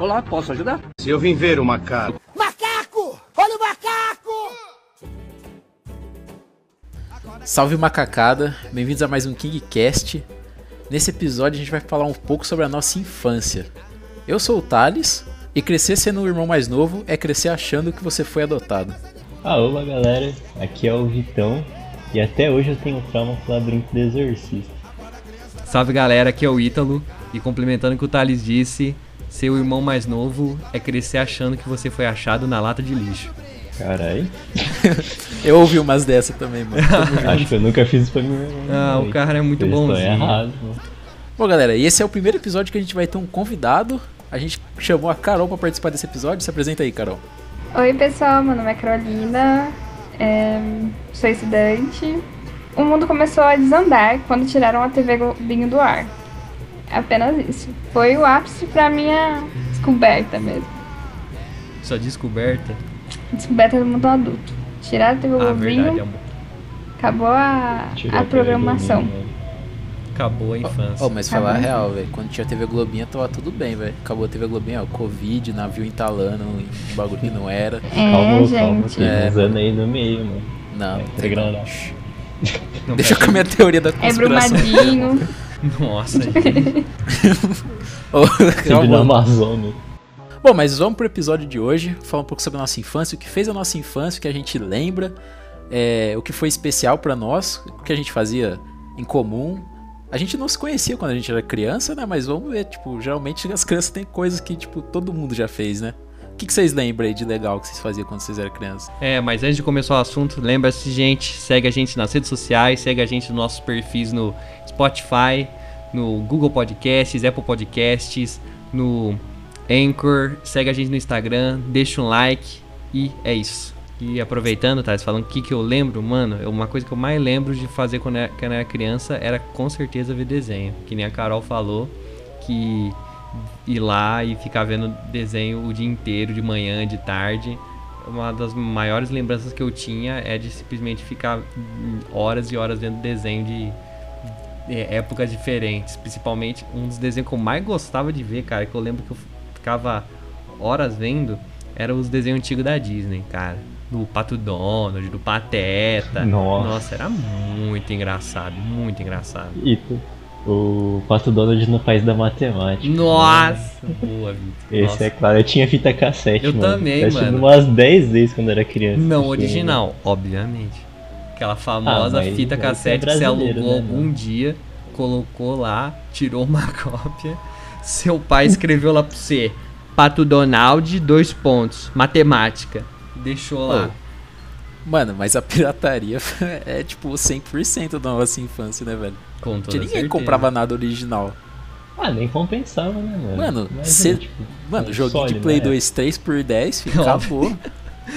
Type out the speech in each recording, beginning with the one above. Olá, posso ajudar? Se eu vim ver o macaco. Macaco! Olha o macaco! Salve macacada, bem-vindos a mais um KingCast. Nesse episódio a gente vai falar um pouco sobre a nossa infância. Eu sou o Thales e crescer sendo o irmão mais novo é crescer achando que você foi adotado. Alô, galera, aqui é o Vitão e até hoje eu tenho trauma com o labirinto do exorcista. Salve galera, aqui é o Ítalo e complementando o que o Thales disse, ser o irmão mais novo é crescer achando que você foi achado na lata de lixo. Carai, Eu ouvi umas dessa também, mano. acho que eu nunca fiz isso pra mim. Ah, o cara é muito Estou bonzinho. errado. Bom, galera, e esse é o primeiro episódio que a gente vai ter um convidado. A gente chamou a Carol pra participar desse episódio. Se apresenta aí, Carol. Oi, pessoal, meu nome é Carolina, é, sou estudante. O mundo começou a desandar quando tiraram a TV Globinho do ar. Apenas isso. Foi o ápice pra minha descoberta mesmo. Sua descoberta. Descoberta do mundo adulto. Tiraram a TV Ah, verdade, um- Globinho, amor. acabou a, Tirei a pelo programação. domínio, né? Acabou a infância. Ó, mas falar a bom. real, velho. Quando tinha TV Globinha, tava tudo bem, velho. Acabou a TV Globinha, ó. Covid, navio entalando, um bagulho que não era. Calma, É, calma, gente. tem É. uns anos aí no meio, mano. Não, É, não tem tem grana. não. Não Deixa eu com a minha teoria da É conspiração. Brumadinho. Nossa, gente. Ô, Tive na calma. Amazônia. Bom, mas vamos pro episódio de hoje, falar um pouco sobre a nossa infância, o que fez a nossa infância, o que a gente lembra, é, o que foi especial pra nós, o que a gente fazia em comum. A gente não se conhecia quando a gente era criança, né? Mas vamos ver, tipo, geralmente as crianças têm coisas que, tipo, todo mundo já fez, né? O que, que vocês lembram aí de legal que vocês faziam quando vocês eram crianças? É, mas antes de começar o assunto, lembra-se, gente, segue a gente nas redes sociais, segue a gente nos nossos perfis no Spotify, no Google Podcasts, Apple Podcasts, no Anchor, segue a gente no Instagram, deixa um like e é isso. E aproveitando, Thales, falando o que, que eu lembro, mano, é uma coisa que eu mais lembro de fazer quando era, quando era criança era com certeza ver desenho. Que nem a Carol falou, que ir lá e ficar vendo desenho o dia inteiro, de manhã, de tarde uma das maiores lembranças que eu tinha é de simplesmente ficar hum, horas e horas vendo desenho de é, épocas diferentes. Principalmente um dos desenhos que eu mais gostava de ver, cara, que eu lembro que eu ficava horas vendo, era os desenhos antigos da Disney, cara. Do Pato Donald, do Pateta. Nossa. era muito engraçado, muito engraçado. E tu? O Pato Donald no País da Matemática. Nossa, boa, Vitor. Esse Nossa. é claro, eu tinha fita cassete, Eu mano. também, eu assisti mano. umas 10 vezes quando era criança. né? Não Porque- Ah, original, obviamente. Aquela famosa mas fita isso é cassete que você brasileiro, alugou né, algum mano? dia, colocou lá, tirou uma cópia. Seu pai escreveu lá pra você: Pato Donald, dois pontos, matemática. Deixou lá. Mano, mas a pirataria é, tipo, 100% da nossa infância, né, velho? Com toda Tinha ninguém certeza. que comprava nada original. Ah, nem compensava, né, mano? Mano, Mas, cê- tipo, Mano, um joguinho de sólido, Play né? 2, 3 por 10, filho, Óbvio. acabou.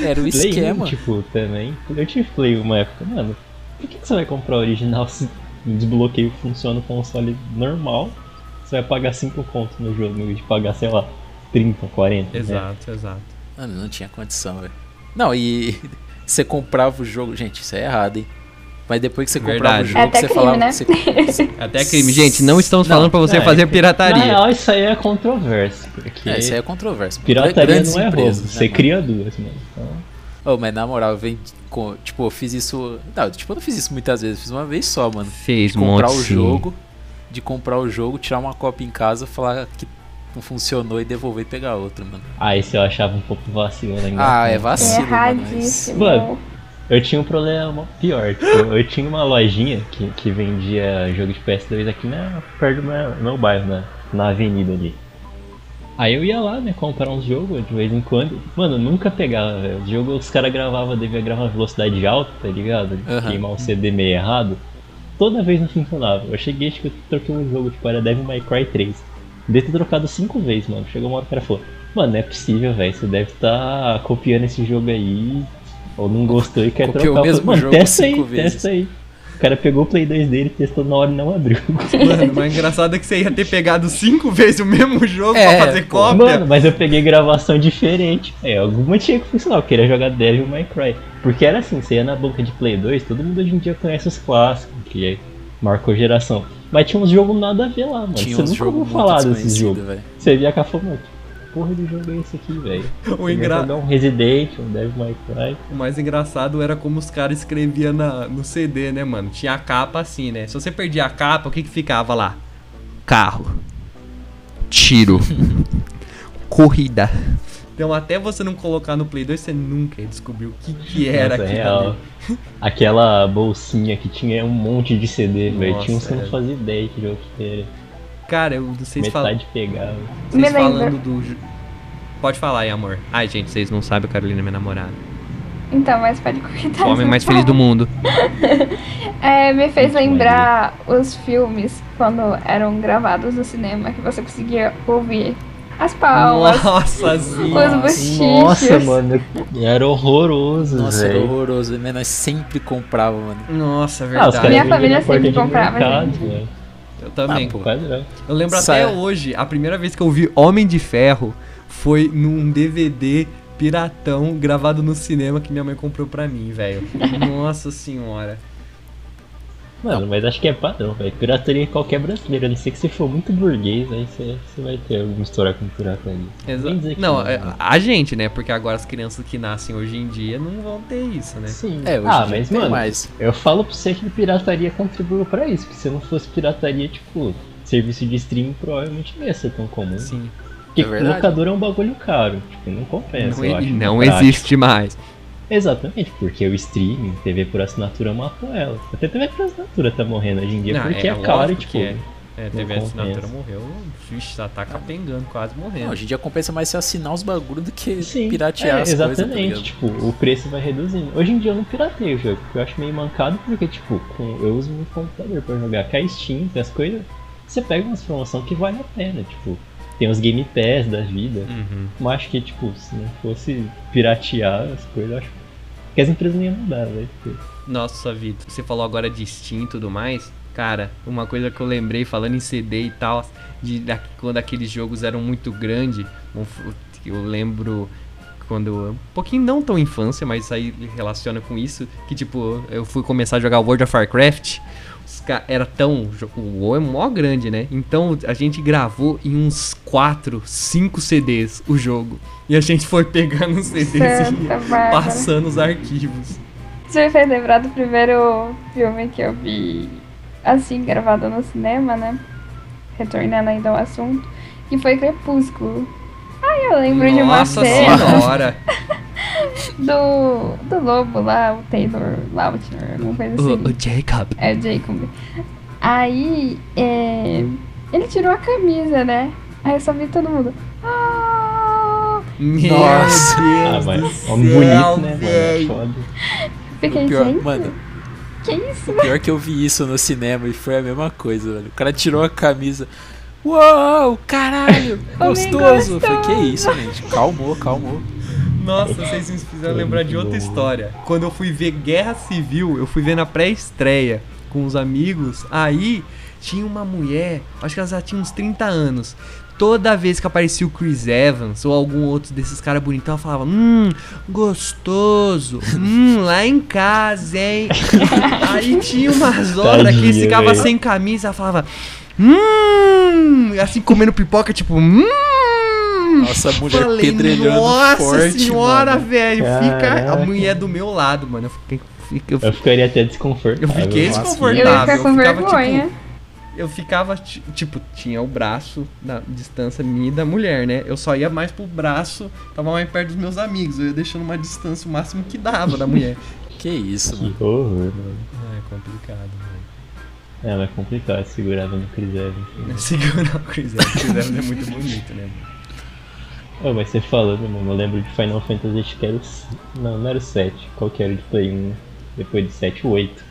Era o Play um, esquema. tipo, também. Eu tive Play uma época, mano. Por que, que você vai comprar original se o desbloqueio funciona com um console normal? Você vai pagar 5 conto no jogo, em vez de pagar, sei lá, 30, 40. Né? Exato, exato. Mano, não tinha condição, velho. Não, e você comprava o jogo. Gente, isso é errado, hein? Mas depois que você comprava o Verdade. jogo, É até você crime, falava. né? Você... Até crime. Gente, não estamos Não, falando pra você é, fazer Na pirataria. real, isso aí é controverso. Porque É, isso aí é controverso. pirataria Grandes não é roubo. empresas, né, Você mano? cria duas, mano. Então... Ô, mas na moral, vem com- tipo, eu fiz isso. Não, tipo, eu não fiz isso muitas vezes, eu fiz uma vez só, mano. Fez De comprar monte, o sim. jogo, de comprar o jogo, tirar uma cópia em casa, falar que não funcionou e devolver e pegar outra, mano. Ah, isso eu achava um pouco vacilo né? Ah, é É vacilo, mano. mas- erradíssimo. Mano, Eu tinha um problema pior. Tipo, eu tinha uma lojinha que, que vendia jogo de PS2 aqui na, perto do meu, meu bairro, na, na avenida ali. Aí eu ia lá, né, comprar uns jogos de vez em quando. Mano, eu nunca pegava, velho. Os jogos os caras gravavam, devia gravar em velocidade alta, tá ligado? Aham. Queimar um CD meio errado. Toda vez não funcionava. Eu cheguei, acho que eu troquei um jogo, tipo, era Devil May Cry 3. Deve ter trocado cinco vezes, mano. Chegou uma hora que o cara falou, mano, não é possível, velho. Você deve estar copiando esse jogo aí. Ou não gostou e quer Copiou trocar. Eu o falei, mesmo mano, jogo testa aí, cinco vezes." testa aí. O cara pegou o Play 2 dele, testou na hora e não abriu. Mano, mas engraçado é que você ia ter pegado cinco vezes o mesmo jogo É, pra fazer pô. cópia. Mano, mas eu peguei gravação diferente. É, alguma tinha que funcionar. Eu queria jogar Devil May Cry. Porque era assim, você ia na banca de Play 2, todo mundo hoje em dia conhece os clássicos, que marcou geração. Mas tinha uns jogos nada a ver lá, mano. Tinha você uns nunca jogos ouviu muito falar desses desconhecidos, jogos. velho. Você via cá e falou, mano, porra de jogo é esse aqui, velho? O, engra... Jogar um Resident, um Devil May Cry. o mais engraçado era como os caras escreviam na... no CD, né, mano? Tinha a capa assim, né? Se você perdia a capa, o que que ficava lá? Carro. Tiro. corrida. Então, até você não colocar no Play 2, você nunca ia descobrir o que, que era Nossa, é aquilo real. ali. Aquela bolsinha que tinha um monte de CD, velho. Nossa, Tinha uns que eu é. não fazia ideia que jogo que era. Cara, eu não sei se fala- Metade pegava. Me vocês lembra. falando do. ju- Pode falar aí, amor. Ai, gente, vocês não sabem, a Carolina é minha namorada. Então, mas pode comentar. O homem mais feliz do mundo. É, me fez Muito lembrar os filmes quando eram gravados no cinema, que você conseguia ouvir as palmas, Nossa, Zinho. Ah, os bochichos. Nossa, mano. Era horroroso, Nossa, era velho. horroroso. né? Nós sempre comprava, mano. Nossa, Ah, os verdade. caras Minha vendiam família na porta sempre de comprava, mercado, gente. velho. Eu também. Ah, pô. Padrão. Eu lembro Saia. até hoje, a primeira vez que eu vi Homem de Ferro foi num DVD piratão gravado no cinema que minha mãe comprou pra mim, velho. Nossa senhora. Mano, mas acho que é padrão, velho. Pirataria em qualquer brasileiro, a não ser que você for muito burguês, aí você, você vai ter alguma história com pirataria. né? Exa- Nem dizer que não, não, é- né? a, gente, né? Porque agora as crianças que nascem hoje em dia não vão ter isso, né? Sim. É, hoje ah, em dia mas tem mano, mais. eu falo pra você que pirataria contribuiu pra isso, porque se não fosse pirataria, tipo, serviço de streaming provavelmente não ia ser tão comum. Sim. Porque É verdade. locador é um bagulho caro, tipo, não compensa, não eu e- acho. não prático. existe mais. Exatamente, porque o streaming, TV por assinatura matou ela. Até TV por assinatura tá morrendo hoje em dia, Não, porque é, lógico caro e, que tipo, é. É, teve a compensa. assinatura morreu. Vixe, tá, tá capengando, quase Não, morrendo. hoje em dia compensa mais se assinar os bagulhos do que é. Sim, piratear é, as coisas, tá exatamente. ligado? tipo, o preço vai reduzindo. Hoje em dia eu não pirateio o jogo, porque eu acho meio mancado, porque, tipo, com- eu uso meu computador pra jogar com a Steam, com as coisas. Você pega umas promoção que vale a pena, tipo, tem os Game Pass da Hum. vida. Uhum. Mas acho que, tipo, se não fosse piratear as coisas, eu acho que as empresas não iam mudar, né? Tipo, velho. porque- Nossa, Vitor, você falou agora de Steam e tudo mais. Cara, uma coisa que eu lembrei falando em CD e tal, de da- quando aqueles jogos eram muito grandes, eu lembro quando. Um pouquinho não tão infância, mas isso aí relaciona com isso. Que tipo, eu fui começar a jogar World of Warcraft. os ca- Era tão. jo- O WoW é mó grande, né? Então a gente gravou em uns 4, 5 CDs o jogo. E a gente foi pegando os CDs e Santa Bárbara. passando os arquivos. Isso me fez lembrar do primeiro filme que eu vi, assim, gravado no cinema, né? Retornando ainda ao assunto, que foi Crepúsculo. Ai, eu lembro de uma Nossa cena senhora! do, do lobo lá, o Taylor Lautner, alguma coisa assim. Jacob. É o Jacob. Aí, é, ele tirou a camisa, né? Aí eu só vi todo mundo. "Ah!" Nossa. Ah, mas homem bonito, né, mano? É Foda. É Fiquei, O pior, gente, mano, que isso? o pior é que eu vi isso no cinema e foi a mesma coisa, velho. O cara tirou a camisa. Uou, caralho, Homem gostoso. Foi que gostoso. isso, gente. Calmou, calmou. Nossa, vocês me fizeram lembrar de outra história. Quando eu fui ver Guerra Civil, eu fui ver na pré-estreia com os amigos. Aí tinha uma mulher, acho que ela já tinha uns 30 anos. Toda vez que aparecia o Chris Evans ou algum outro desses caras bonitão, ela falava: Hum, gostoso. Hum, lá em casa, hein? Aí tinha umas horas que Tadinha, ficava velho. sem camisa, ela falava: Hum, assim comendo pipoca, tipo, hum. Nossa, a mulher Falei, pedrelhando Nossa forte, senhora, mano. velho, fica a Caraca. mulher do meu lado, mano. Eu fiquei, fica- eu, Eu ficaria até eu desconfortável. fiquei Nossa, Eu ia desconfortável. ficar com ficava, vergonha. Tipo, eu ficava, ti- tipo, tinha o braço na distância minha e da mulher, né? Eu só ia mais pro braço, tava mais perto dos meus amigos. Eu ia deixando uma distância o máximo que dava da mulher. Que isso, mano. Que horror, mano. Ah, é complicado, velho. É, mas é complicado segurar no Chris Evans. né? Segurar o Chris Evans. O Chris Evans é muito bonito, né? Oh, mas você falando, mano, eu lembro de Final Fantasy, acho que era o... c- Não, não era o 7, qual que era o de Play 1? Depois de 7, o 8.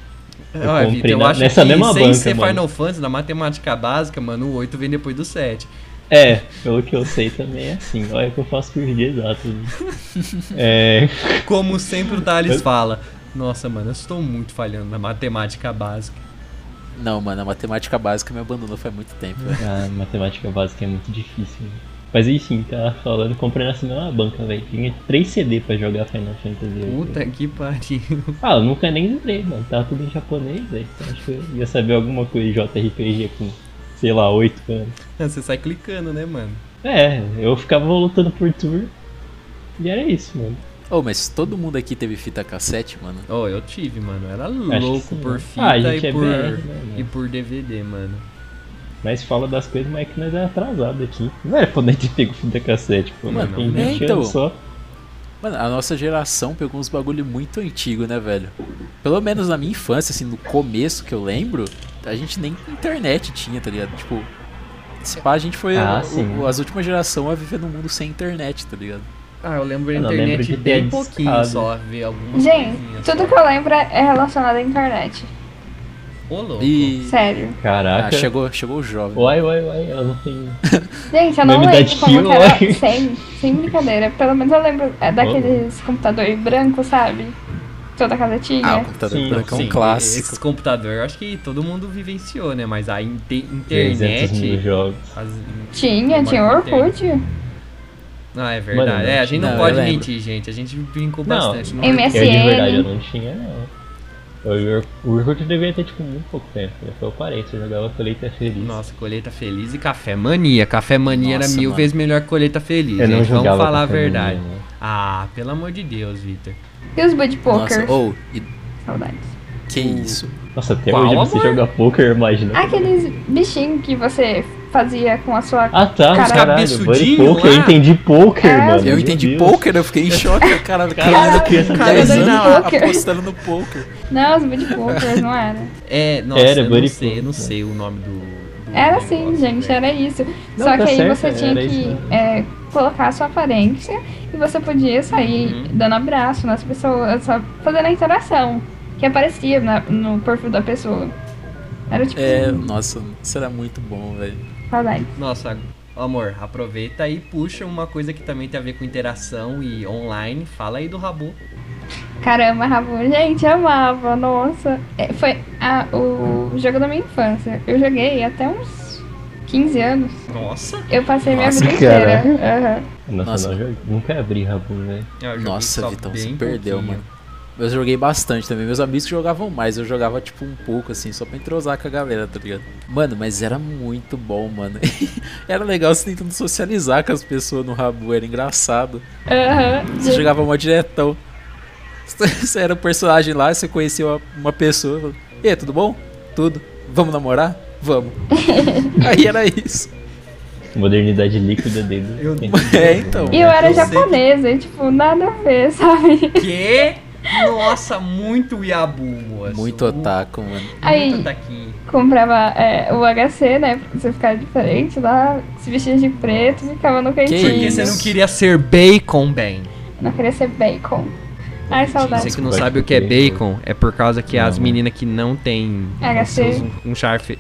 Eu Olha, comprei Vitor, eu na- acho nessa que mesma sem banca, ser mano. Final Fantasy, na matemática básica, mano, o 8 vem depois do 7. É, pelo que eu sei também é assim, olha que eu faço por dia exato. né? É, Como sempre o Thales fala. Nossa, mano, eu estou muito falhando na matemática básica. Não, mano, a matemática básica me abandonou faz muito tempo, velho. a matemática básica é muito difícil, né? Mas enfim, tava falando, comprei nessa mesma banca, velho. Tinha 3 CD pra jogar Final Fantasy. VIII. Puta que pariu. Ah, eu nunca nem entrei, mano. Tava tudo em japonês, velho. Então Acho que eu ia saber alguma coisa de JRPG com, sei lá, 8 anos. Você sai clicando, né, mano? É, eu ficava lutando por tour. E era isso, mano. Ô, mas todo mundo aqui teve fita cassete, mano. Oh, eu tive, mano. Eu Era que louco sim, por né? fita Ah, a e, gente é por, BR, né, mano? e por DVD, mano. Nós fala das coisas, mas é que nós é atrasado aqui. Não era pra nós ter pego fita cassete, pô. Mano, tem é, né, 20 então? anos só. Mano, a nossa geração pegou uns bagulho muito antigo, né, velho? Pelo menos na minha infância, assim, no começo que eu lembro, a gente nem internet tinha, tá ligado? Tipo, se pá, a gente foi Ah, o- sim. o- as últimas gerações a viver num mundo sem internet, tá ligado? Ah, eu lembro da Eu não internet lembro de ter bem pouquinho discado. só, ver algumas Gente, coisinhas tudo só. que eu lembro é relacionado à internet. Ô, louco. E. Sério. Ah, Caraca. chegou, chegou o jovem. Uai, uai, uai, ela não tem. Gente, eu não Meme da lembro como Dio, que era. olha. Sem, sem brincadeira. Pelo menos eu lembro é, daqueles computadores brancos, sabe? Toda Ah, o casetinha. computador Sim, branco é Sim, um e- clássico. Esses computadores, eu acho que todo mundo vivenciou, né? Mas a inte- 300 mil internet. jogos. as- tinha, tinha Uma- Orkut. Ah, é verdade. Mano, é, a gente não, não, pode eu lembro. mentir, gente. A gente brincou Não. bastante. MS. Eu É de SN. verdade eu não tinha, não. Eu- eu- O Orkut devia ter, tipo, muito pouco tempo. Depois eu parei, só jogava colheita feliz. Nossa, colheita feliz e café mania. Café mania Nossa, era mil mano. vezes melhor que colheita feliz, eu não gente. Vamos jogava falar a Café Mania, verdade. né? Ah, pelo amor de Deus, Vitor. E os Bud Nossa, Poker. ou, e Saudades. que isso? Nossa, até Qual, hoje você amor? joga poker, imagina. Aqueles bichinhos que você fazia com a sua. Ah tá, Caralho. caralho, Buddy Cabeçudinho Poker, lá. eu entendi poker, É. mano. Eu entendi poker, eu fiquei em choque, cara. Criança Caralho, criança com de 10 dez anos anos. Poker. apostando no poker. Não, os Bud Poker, não era? É, nossa, Era, eu não Buddy sei, eu não Poker. sei o nome do. do Era negócio, sim, gente, velho. era isso. Não, Só tá que aí certo, você tinha era que isso é, colocar a sua aparência e você podia sair Uhum. dando abraço nas pessoas, só fazendo a interação que aparecia na- no perfil da pessoa. Era tipo, É, nossa, isso era muito bom, velho. saudade. Nossa, amor, aproveita e puxa uma coisa que também tem a ver com interação e online. Fala aí do Rabu. Caramba, Rabu, gente, amava, nossa. É, foi a- o jogo da minha infância. Eu joguei até uns 15 anos. Nossa! Eu passei Nossa, minha vida inteira. Aham. Nossa, Nossa. Não, joguei- nunca abri Rabun, velho. Eu joguei Nossa, só Vitão, bem você perdeu, pouquinho. mano. Eu joguei bastante também. Meus amigos jogavam mais, eu jogava tipo um pouco, assim, só pra entrosar com a galera, tá ligado? Mano, mas era muito bom, mano. era legal você tentando socializar com as pessoas no Rabu, era engraçado. Aham. Você jogava mó diretão. Você era um personagem lá, você conhecia uma, uma pessoa. falou, E aí, tudo bom? Tudo. Vamos namorar? Vamos. aí era isso. Modernidade líquida dele. Eu- É, então. E eu era Eu sei. japonesa, e tipo, nada a ver, sabe? Que? Nossa, muito Yabu, moço. Muito otaku, mano. Aí- Muito otaquinho. comprava é, o HC, né? Pra você ficar diferente lá, se vestia de preto, ficava no cantinho. Porque você Isso. não queria ser bacon, bem. Não queria ser bacon. Ai, Você saudade. que não Vai sabe o que é bacon é por causa que as meninas que não têm HC. seus- um charfe,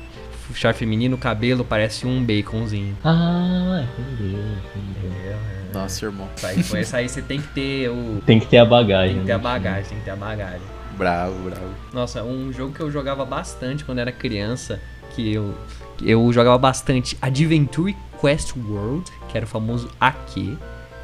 char feminino, o cabelo parece um baconzinho. Ah, entendi, entendi. Nossa, irmão. Isso aí, com essa aí você tem que ter o. Tem que ter a bagagem. Tem que ter a né? bagagem, tem que ter a bagagem. Bravo, bravo. Nossa, um jogo que eu jogava bastante quando era criança, que eu, que eu jogava bastante Adventure Quest World, que era o famoso AQ.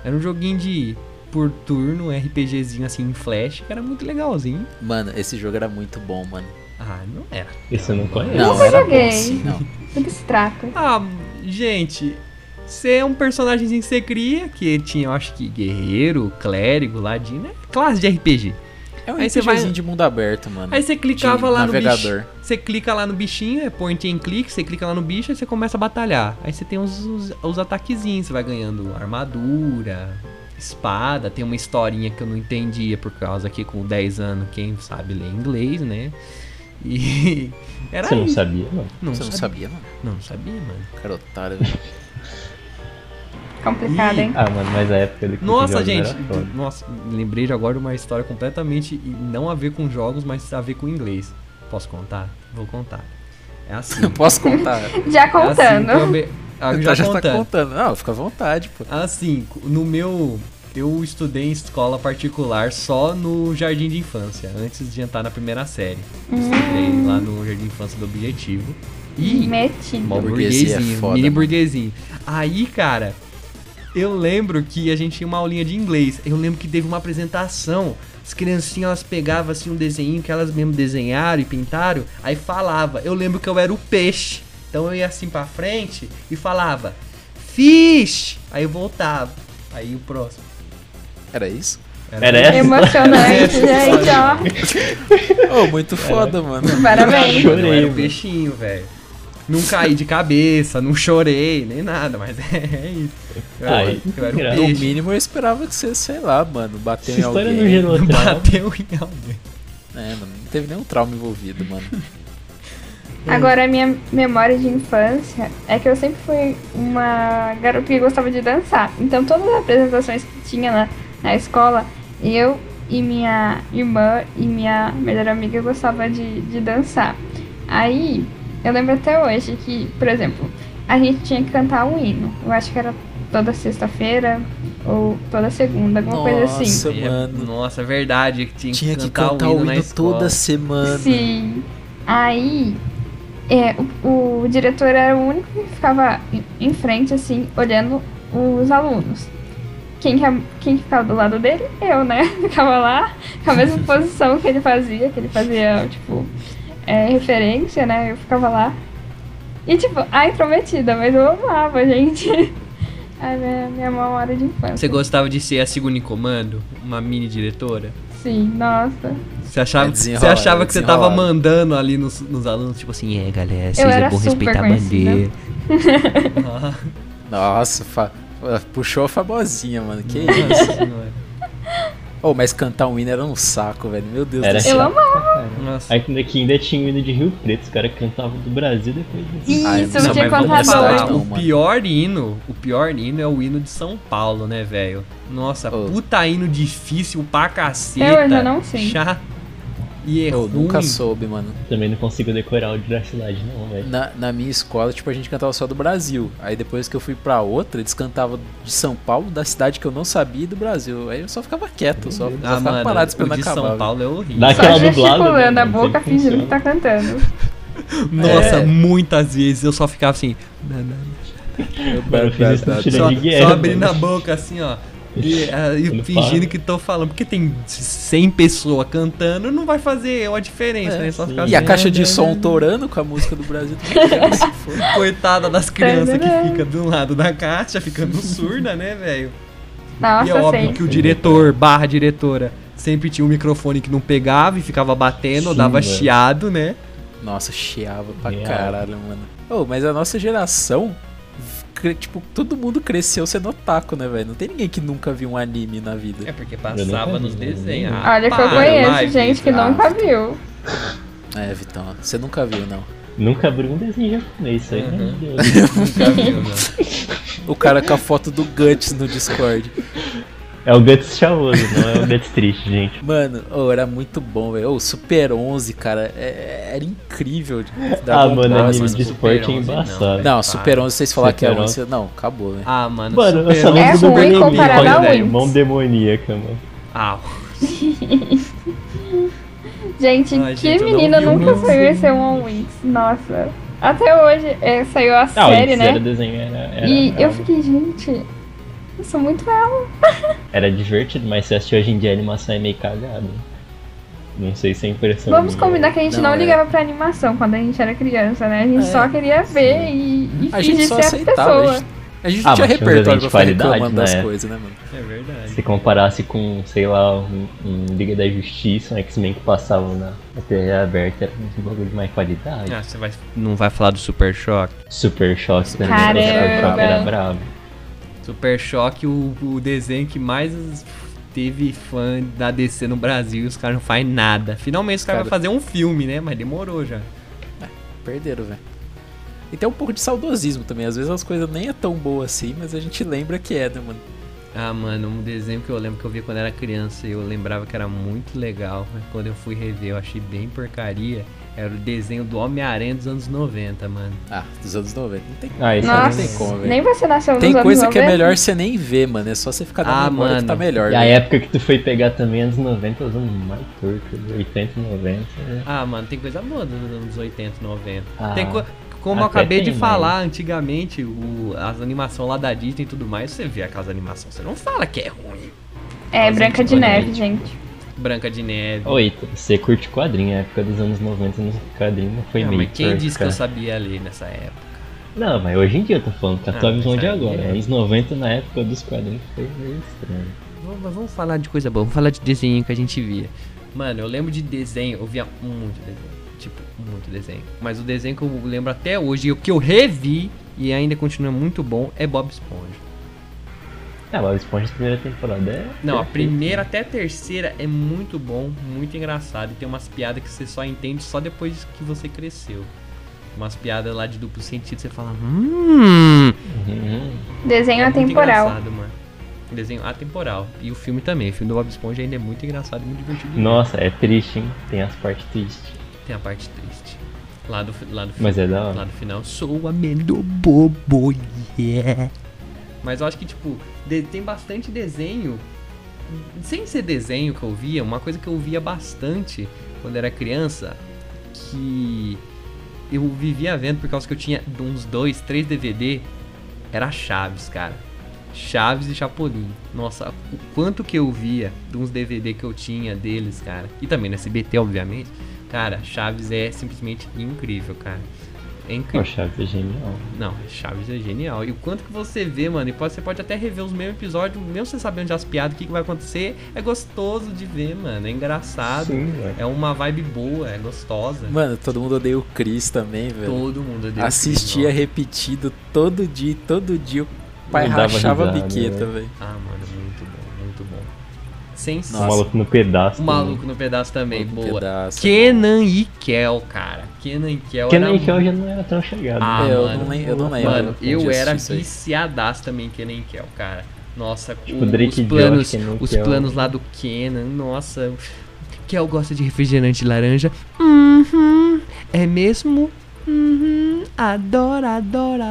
Era um joguinho de por turno, um RPGzinho assim em flash, que era muito legalzinho. Mano, esse jogo era muito bom, mano. Ah, não era. Esse eu não conheço. Não, Nunca era bom joguei. sim, não. Do que se trata? Ah, gente, você é um personagemzinho que você cria, que tinha, eu acho que, guerreiro, clérigo, ladino, né? classe de RPG. É um Aí você RPGzinho vai- de mundo aberto, mano. Aí você clicava De lá no navegador. bicho. Você clica lá no bichinho, é point and click, você clica lá no bicho e você começa a batalhar. Aí você tem os, os, os ataquezinhos, você vai ganhando armadura, espada, tem uma historinha que eu não entendia por causa que com 10 anos, quem sabe ler inglês, né? E era Você não isso. sabia, mano? Não, Você não sabia. sabia, mano? Não sabia, mano. Cara otário. velho. Complicado, hein? Ah, mano, mas a época do que Nossa, jogos gente, era foda. nossa, lembrei de agora uma história completamente e não a ver com jogos, mas a ver com inglês. Posso contar? Vou contar. É assim. Não posso contar. Já É assim contando. que eu me- Ah, Tá, já já tá contando. contando. Não, fica à vontade, pô. Assim, no meu. Eu estudei em escola particular só no jardim de infância, antes de entrar na primeira série. Eu Estudei lá no jardim de infância do Objetivo. E. Uhum. Metido. Mó Burguesia é burguesinho, foda, mini mano. burguesinho. Aí, cara, eu lembro que a gente tinha uma aulinha de inglês. Eu lembro que teve uma apresentação. As criancinhas, elas pegavam assim um desenho que elas mesmo desenharam e pintaram, aí falava. Eu lembro que eu era o peixe. Então eu ia assim pra frente e falava: Fish! Aí eu voltava. Aí o próximo. Era isso? Era essa? Emocionante, gente, ó. Oh, muito foda, mano. Parabéns. Eu não era um Chorei, peixinho, velho. Não caí de cabeça, não chorei, nem nada, mas é, isso. Eu, Ah, era- eu era engraçado. um No peixe. mínimo eu esperava que você, sei lá, mano, bateu Essa em alguém. história é não gerou trauma. Bateu em alguém. É, mano, não teve nenhum trauma envolvido, mano. Agora, a minha memória de infância é que eu sempre fui uma garota que gostava de dançar. Então, todas as apresentações que tinha na, na escola, eu e minha irmã e minha melhor amiga gostava de, de dançar. Aí, eu lembro até hoje que, por exemplo, a gente tinha que cantar um hino. Eu acho que era toda sexta-feira ou toda segunda, alguma coisa assim. Nossa, mano. Nossa, é verdade. Tinha, Tinha que que cantar o na hino escola. toda semana. Sim. Aí, é, o, o diretor era o único que ficava em- em frente, assim, olhando os alunos. Quem, que- é, quem que ficava do lado dele? Eu, né? Ficava lá, com a mesma posição que ele fazia, que ele fazia, tipo, é, referência, né? Eu ficava lá. E, tipo, a intrometida, mas eu amava, gente. A minha, minha memória de infância. Você gostava de ser a segunda em comando? Uma mini diretora? Sim, nossa. Você achava, É você desenrolado, achava que você tava desenrolado. mandando ali nos, nos alunos, tipo assim, é galera, vocês era é bom super respeitar a conhecida. bandeira. Ah, Nossa, fa- puxou a famosinha, mano. Que isso? nossa senhora. Oh, mas cantar um hino era um saco, velho. Meu Deus Era. do céu. Eu amava Nossa. Ainda que ainda tinha o hino de Rio Preto, os caras cantavam do Brasil depois disso. isso, Ai, eu não, tinha mas é vamos contado falar, hoje. não, tipo, o mano. pior hino, o pior hino é o hino de São Paulo, né, velho? Nossa, Oh. puta hino difícil pra caceta. Eu ainda não sei. Chato. E é Eu ruim. nunca soube, mano. Também não consigo decorar o de Dracilade, não, velho. Na, na minha escola, tipo, a gente cantava só do Brasil. Aí depois que eu fui pra outra, eles cantavam de São Paulo, da cidade que eu não sabia e do Brasil. Aí eu só ficava quieto, só, só Ah, ficava mano, parado o esperando de acabar. São velho. Paulo é horrível. Dá Só aquela dublada. gesticulando né? a boca, Sempre funciona. fingindo que tá cantando. Nossa, É. muitas vezes eu só ficava assim. "Na, na, na", Mano, eu fiz isso no Tira só, de guerra, só abrindo a mano. boca assim, ó. E, ah, e Eu não fingindo falo. que tô falando. Porque tem 100 pessoas cantando, não vai fazer uma diferença, É, né? Só sim. ficar E a assim, caixa de "Ah, som ah, ah". torando com a música do Brasil. assim. Se for. Coitada das crianças Tadadã. que fica do lado da caixa, ficando surda, né, velho? E é Nossa, óbvio sei. que o diretor, barra diretora, sempre tinha um microfone que não pegava e ficava batendo, ou Sim, dava velho. chiado, né? Nossa, chiava pra Chiava. caralho, mano. Ô, mas a nossa geração, cre- tipo, todo mundo cresceu sendo otaku, né, velho? Não tem ninguém que nunca viu um anime na vida. porque passava nos desenhos. Ah, Olha que eu conheço gente que nunca viu. É, Vitão, você nunca viu, não. Nunca abri um desenho japonês, isso aí, é Uhum. meu Deus. Nunca viu, não. O cara com a foto do Guts no Discord. É o Guts chavoso, não é o Guts triste, gente. Mano, ô, era muito bom, velho. Ô, Super 11, cara, é- era incrível. ah, Dragon mano, Ball, anime mano. de esporte é Super 11 não, embaçado. Não, Super 11, vocês falaram que é Super 11. Não, acabou, né? velho. Ah, mano, Mano, eu Super só lembro É do ruim Demoníaco, comparado a velho. Wings. Mão demoníaca, mano. Ah, Gente, Ai, que gente, eu não menina vi nunca mesmo. saiu esse One Wings. Nossa. Até hoje é, saiu a Ah, série, o né? era desenho era, era, e era, eu fiquei, gente, eu sou muito ela. era divertido, mas se assistir hoje em dia a animação é meio cagada. Não sei se é impressão. Vamos minha. combinar que a gente Não, não, é. ligava pra animação quando a gente era criança, né? A gente É. só queria ver e, e A gente fingir só ser a aceitava. A pessoa. gente, a gente Ah, não tinha mas tinha um repertório desenho pra de ficar qualidade, reclamando das né? coisas, né, mano? é verdade. Se comparasse com, sei lá, um, um Liga da Justiça, um X-Men que passavam na na TV aberta, era um bagulho de mais qualidade. Ah, você vai... não vai falar do Super Choque? Super Choque também Caramba. era brabo, era brabo. Super Choque, o, o desenho que mais teve fã da DC no Brasil e os caras não fazem nada. Finalmente os caras Cara- vão fazer um filme, né? Mas demorou já. Perderam, velho. E tem um pouco de saudosismo também. Às vezes as coisas nem é tão boas assim, mas a gente lembra que é, né, mano? Ah, mano, um desenho que eu lembro que eu vi quando era criança e eu lembrava que era muito legal, mas quando eu fui rever eu achei bem porcaria. Era o desenho do Homem-Aranha dos anos 90, mano. Ah, dos anos 90. Não tem, Ah, isso não Nossa, tem como, velho. nem você nasceu nos Tem anos coisa que é 90. melhor você nem ver, mano. É só você ficar dando Ah, memória que tá mano. melhor. E a né? época que tu foi pegar também, anos 90, anos mais torto, 80, 90. né? Ah, mano, tem coisa boa dos anos 80, 90. Ah, tem co- como eu até acabei de tem, falar, antigamente, o, as animações lá da Disney e tudo mais, você vê aquelas animações, você não fala que é ruim. É, Mas Branca antes de do Neve, Disney. gente. Branca de Neve. Oi, você curte quadrinho, a época dos anos 90, anos quadrinho não foi Ah, meio mas quem torto, disse que cara. eu sabia ler nessa época? Não, mas hoje em dia eu tô falando, com a Ah, tua visão mas de aí agora. é. Anos 90 na época dos quadrinhos foi meio estranho. Vamos, mas vamos falar de coisa boa, vamos falar de desenho que a gente via. Mano, eu lembro de desenho, eu via muito desenho. Tipo, muito desenho. Mas o desenho que eu lembro até hoje, e o que eu revi e ainda continua muito bom, é Bob Esponja. Ah, Bob Esponja, a primeira temporada é. Não, a perfeita. primeira até a terceira é muito bom, muito engraçado. E tem umas piadas que você só entende só depois que você cresceu. Umas piadas lá de duplo sentido, você fala, hum. é Uhum. É Desenho muito atemporal. engraçado, mano. Desenho atemporal. E o filme também. O filme do Bob Esponja ainda é muito engraçado, muito divertido. Nossa, é triste, hein? Tem as partes tristes. Tem a parte triste. Lá do, lá do Mas é da Lá hora. do final, sou amendo bobo, yeah. Mas eu acho que, tipo, de- tem bastante desenho. Sem ser desenho que eu via, uma coisa que eu via bastante quando era criança, que eu vivia vendo por causa que eu tinha uns dois, três DVD, era Chaves, cara. Chaves e Chapolin. Nossa, o quanto que eu via de uns DVD que eu tinha deles, cara. E também no SBT, obviamente. Cara, Chaves é simplesmente incrível, cara. É incrível. O Chaves é genial. Não, Chaves é genial. E o quanto que você vê, mano, e pode, você pode até rever os mesmos episódios, mesmo você sabendo já as piadas, o que, que vai acontecer, é gostoso de ver, mano. É engraçado. Sim, velho. É uma vibe boa, é gostosa. Mano, todo mundo odeia o Chris também, velho. Todo mundo é odeia o Assistia Chris, repetido todo dia, todo dia o pai Não dava rachava a risada, biqueta, né? velho. ó. Ah, mano, muito bom, muito bom. Sem O Nossa. maluco no pedaço. O maluco no pedaço também, Todo boa. pedaço. Kenan e Kel, cara. Kenan e Kel Porque era um nem que eu já não era tão chegado. Ah, né? É, eu, mano. não lem- eu não lembro. Mano, onde eu era assisti isso viciadaço também em Kenan e Kel, cara. Nossa, Tipo, o- Drake os Josh, planos, Kenan e os Kel. planos lá do Kenan, nossa. Kel gosta de refrigerante laranja. Uhum, é mesmo? Uhum, adoro, adoro,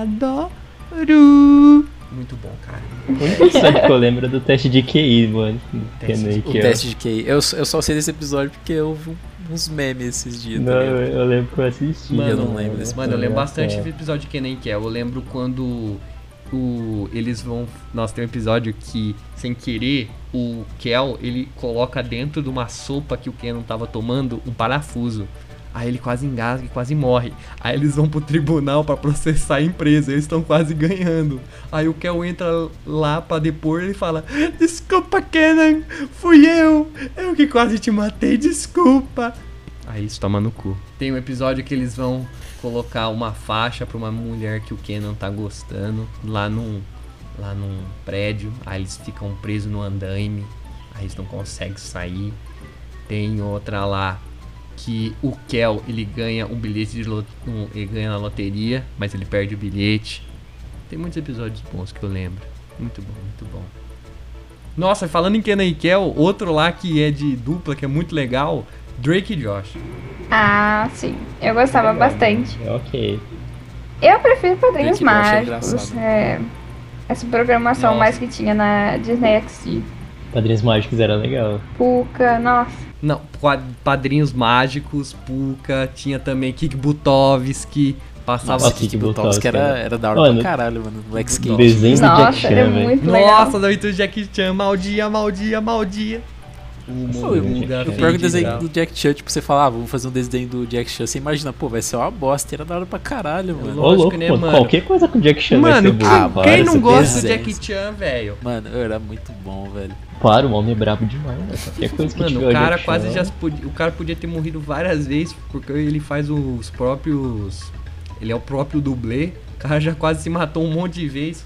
adoro. Muito bom, cara. O único episódio que eu lembro é do teste de QI, mano. é Teste Teste de- de O teste de QI. Eu, eu só sei desse episódio porque eu vi uns memes esses dias, tá Não, ligado? eu lembro que eu assisti. né? Mano, eu não lembro desse Mano, eu lembro bastante É. do episódio de Kenan e Kel. Eu lembro quando o, eles vão. Nossa, tem um episódio que, sem querer, o Kel ele coloca dentro de uma sopa que o Kenan tava tomando um parafuso. Aí ele quase engasga e quase morre. Aí eles vão pro tribunal pra processar a empresa. Eles estão quase ganhando. Aí o Kel entra lá pra depor e fala: Desculpa, Kenan, fui eu. Eu que quase te matei, desculpa. Aí isso toma no cu. Tem um episódio que eles vão colocar uma faixa pra uma mulher que o Kenan tá gostando lá num, lá num prédio. Aí eles ficam presos no andaime. Aí eles não conseguem sair. Tem outra lá que o Kel ele ganha um bilhete de lo- um- ele ganha na loteria, mas ele perde o bilhete. Tem muitos episódios bons que eu lembro. Muito bom, muito bom. Nossa, falando em Kenan e Kel, outro lá que é de dupla, que é muito legal, Drake e Josh. Ah, sim. Eu gostava né? bastante. É ok. Eu prefiro Padrinhos Drake Bell achei Mágicos. engraçado. é, essa programação Nossa. mais que tinha na Disney XD. Padrinhos Mágicos era legal. Puca, nossa. Não, quad- Padrinhos Mágicos, Puka, tinha também Kik Butovski, passava... Nossa, Nossa, que que Butovski Butovski, era, né? era da hora Mano, pra caralho, mano. Lex O Cage. desenho do Jack Nossa, Chan, era velho. muito legal. Nossa, daí do Jack Chan, maldia, maldia, maldia. O Muga O pior é que Jack o fez desenho geral. do Jack Chan, tipo, você falava, vamos fazer um desenho do Jack Chan. Você imagina, pô, vai ser uma bosta. Era da hora pra caralho, mano. louco. Ô, louco, né, pô, mano? qualquer coisa com o Jack Chan vai ser Mano, boa. Ah, quem, quem Para, não você gosta do desenho. Jack Chan, velho? Mano, era muito bom, velho. tem- Para, o homem é brabo demais, né? Qualquer coisa que Mano, tiver o cara Jack Chan, quase já se podia, o cara podia ter morrido várias vezes porque ele faz os próprios, ele é o próprio dublê. O cara já quase se matou um monte de vezes,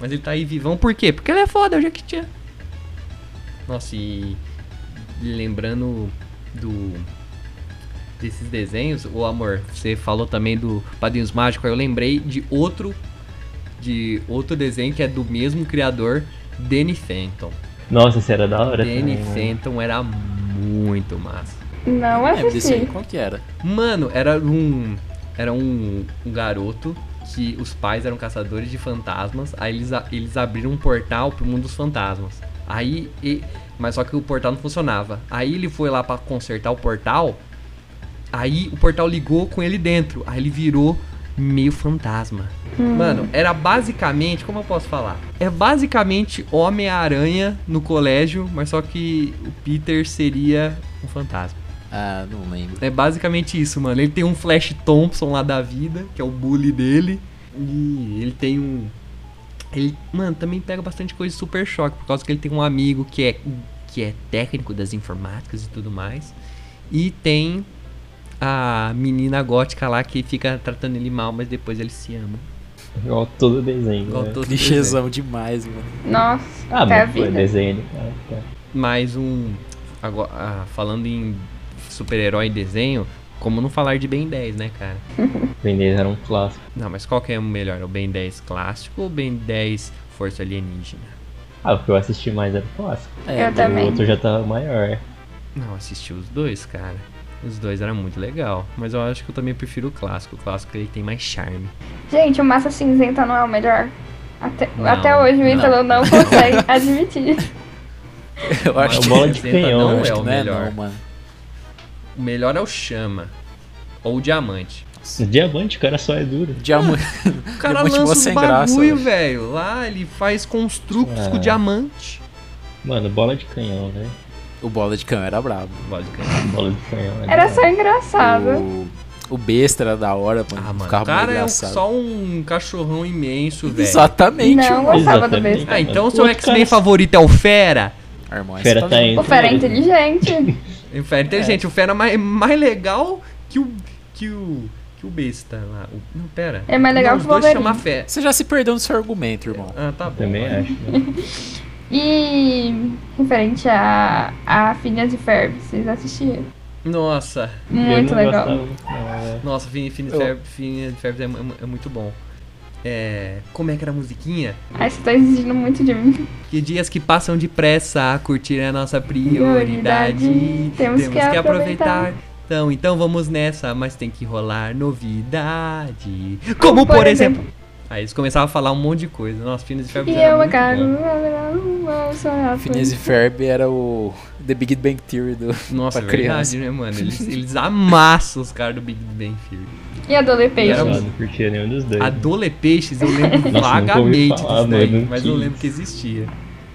mas ele tá aí vivão por quê? Porque ele é foda, é o Jack Chan. Nossa, e lembrando do desses desenhos, o amor, você falou também do Padrinhos Mágicos, aí eu lembrei de outro de outro desenho que é do mesmo criador, Danny Phantom. Nossa, isso era da hora. Danny também, né? Phantom era muito massa. Não É, desse aí, assisti. qual que era? Mano, era um. Era um, um garoto que os pais eram caçadores de fantasmas. Aí eles, a- eles abriram um portal pro mundo dos fantasmas. Aí. e- mas só que o portal não funcionava. Aí ele foi lá pra consertar o portal. Aí o portal ligou com ele dentro. Aí ele virou meio fantasma. Mano, era basicamente, como eu posso falar? É basicamente Homem-Aranha no colégio, mas só que o Peter seria um fantasma. Ah, não lembro. É basicamente isso, mano. Ele tem um Flash Thompson lá da vida, que é o bully dele. E ele tem um. Ele, mano, também pega bastante coisa de super choque, por causa que ele tem um amigo que é, que é técnico das informáticas e tudo mais. E tem a menina gótica lá que fica tratando ele mal, mas depois eles se amam. Igual todo desenho. Igual né? todo Clichêzão demais, mano. Nossa, Ah, é a mas foi vida. desenho. Ah, tá. mais um. Agora, ah, falando em super-herói e desenho, como não falar de Ben 10, né, cara? Ben 10 era um clássico. Não, mas qual que é o melhor? O Ben 10 clássico ou o Ben 10 Força Alienígena? Ah, o que eu assisti mais era o clássico. É, eu também. O outro já tava maior. Não, assisti os dois, cara. Os dois eram muito legal. Mas eu acho que eu também prefiro o clássico. O clássico ele tem mais charme. Gente, o Massa Cinzenta não é o melhor. Até, Não, até hoje o não. Ítalo não consegue admitir. Eu acho Mas que bola de Senta canhão, não eu acho é que o não é melhor. não, mano. O melhor é o Chama. Ou o Diamante. O diamante, o cara só é duro. Diamante. O cara Diamante lança boa os sem graça, bagulho, velho. velho. Lá ele faz construtos com É. diamante. Mano, bola de canhão, né? O bola de canhão era brabo. Basicamente. Bola de canhão. né? Era só engraçado. O, o besta era da hora, mano. Ah, mano. Ficava O cara é muito um- engraçado. só um cachorrão imenso, velho. Exatamente, Não mano. gostava do Exatamente. besta. Ah, então o seu Outro X-Men cara- favorito é o Fera? Ah, irmão, essa Fera tá tá vendo? indo. O Fera é inteligente. O Fera é inteligente. O Fera é mais, mais legal que o. que o. que o besta lá. O- não, pera. É mais legal Não, que os o dois Wolverine. chamam Fera. Você já se perdeu no seu argumento, irmão. Ah, tá bom. Também vai. acho. Né? E referente a, a Phineas e Ferb, vocês assistiram? Nossa. Muito eu não legal. Gostava, muito, não, né? Nossa, Fini Fini Eu- Ferb, Fini Ferb é, mu- é muito bom. É, como é que era a musiquinha? Ai, você tá exigindo muito de mim. Que dias que passam depressa, curtir é a nossa prioridade. Prioridade. Temos que aproveitar. Então, então vamos nessa, mas tem que rolar novidade. Como, por exemplo. Aí eles começavam a falar um monte de coisa. Nossa, Phineas e Ferb E era eu, muito cara, bom. É. Phineas e Ferb era o The Big Bang Theory do... Nossa, é pra verdade, criança. né, mano? Eles, eles amassam os caras do Big Bang Theory. E a Dole E Peixe. era Eu um- não curtia nenhum dos dois. A Dole Peixes eu lembro nunca ouvi vagamente disso falar, daí, mano, mas que eu lembro isso. que existia.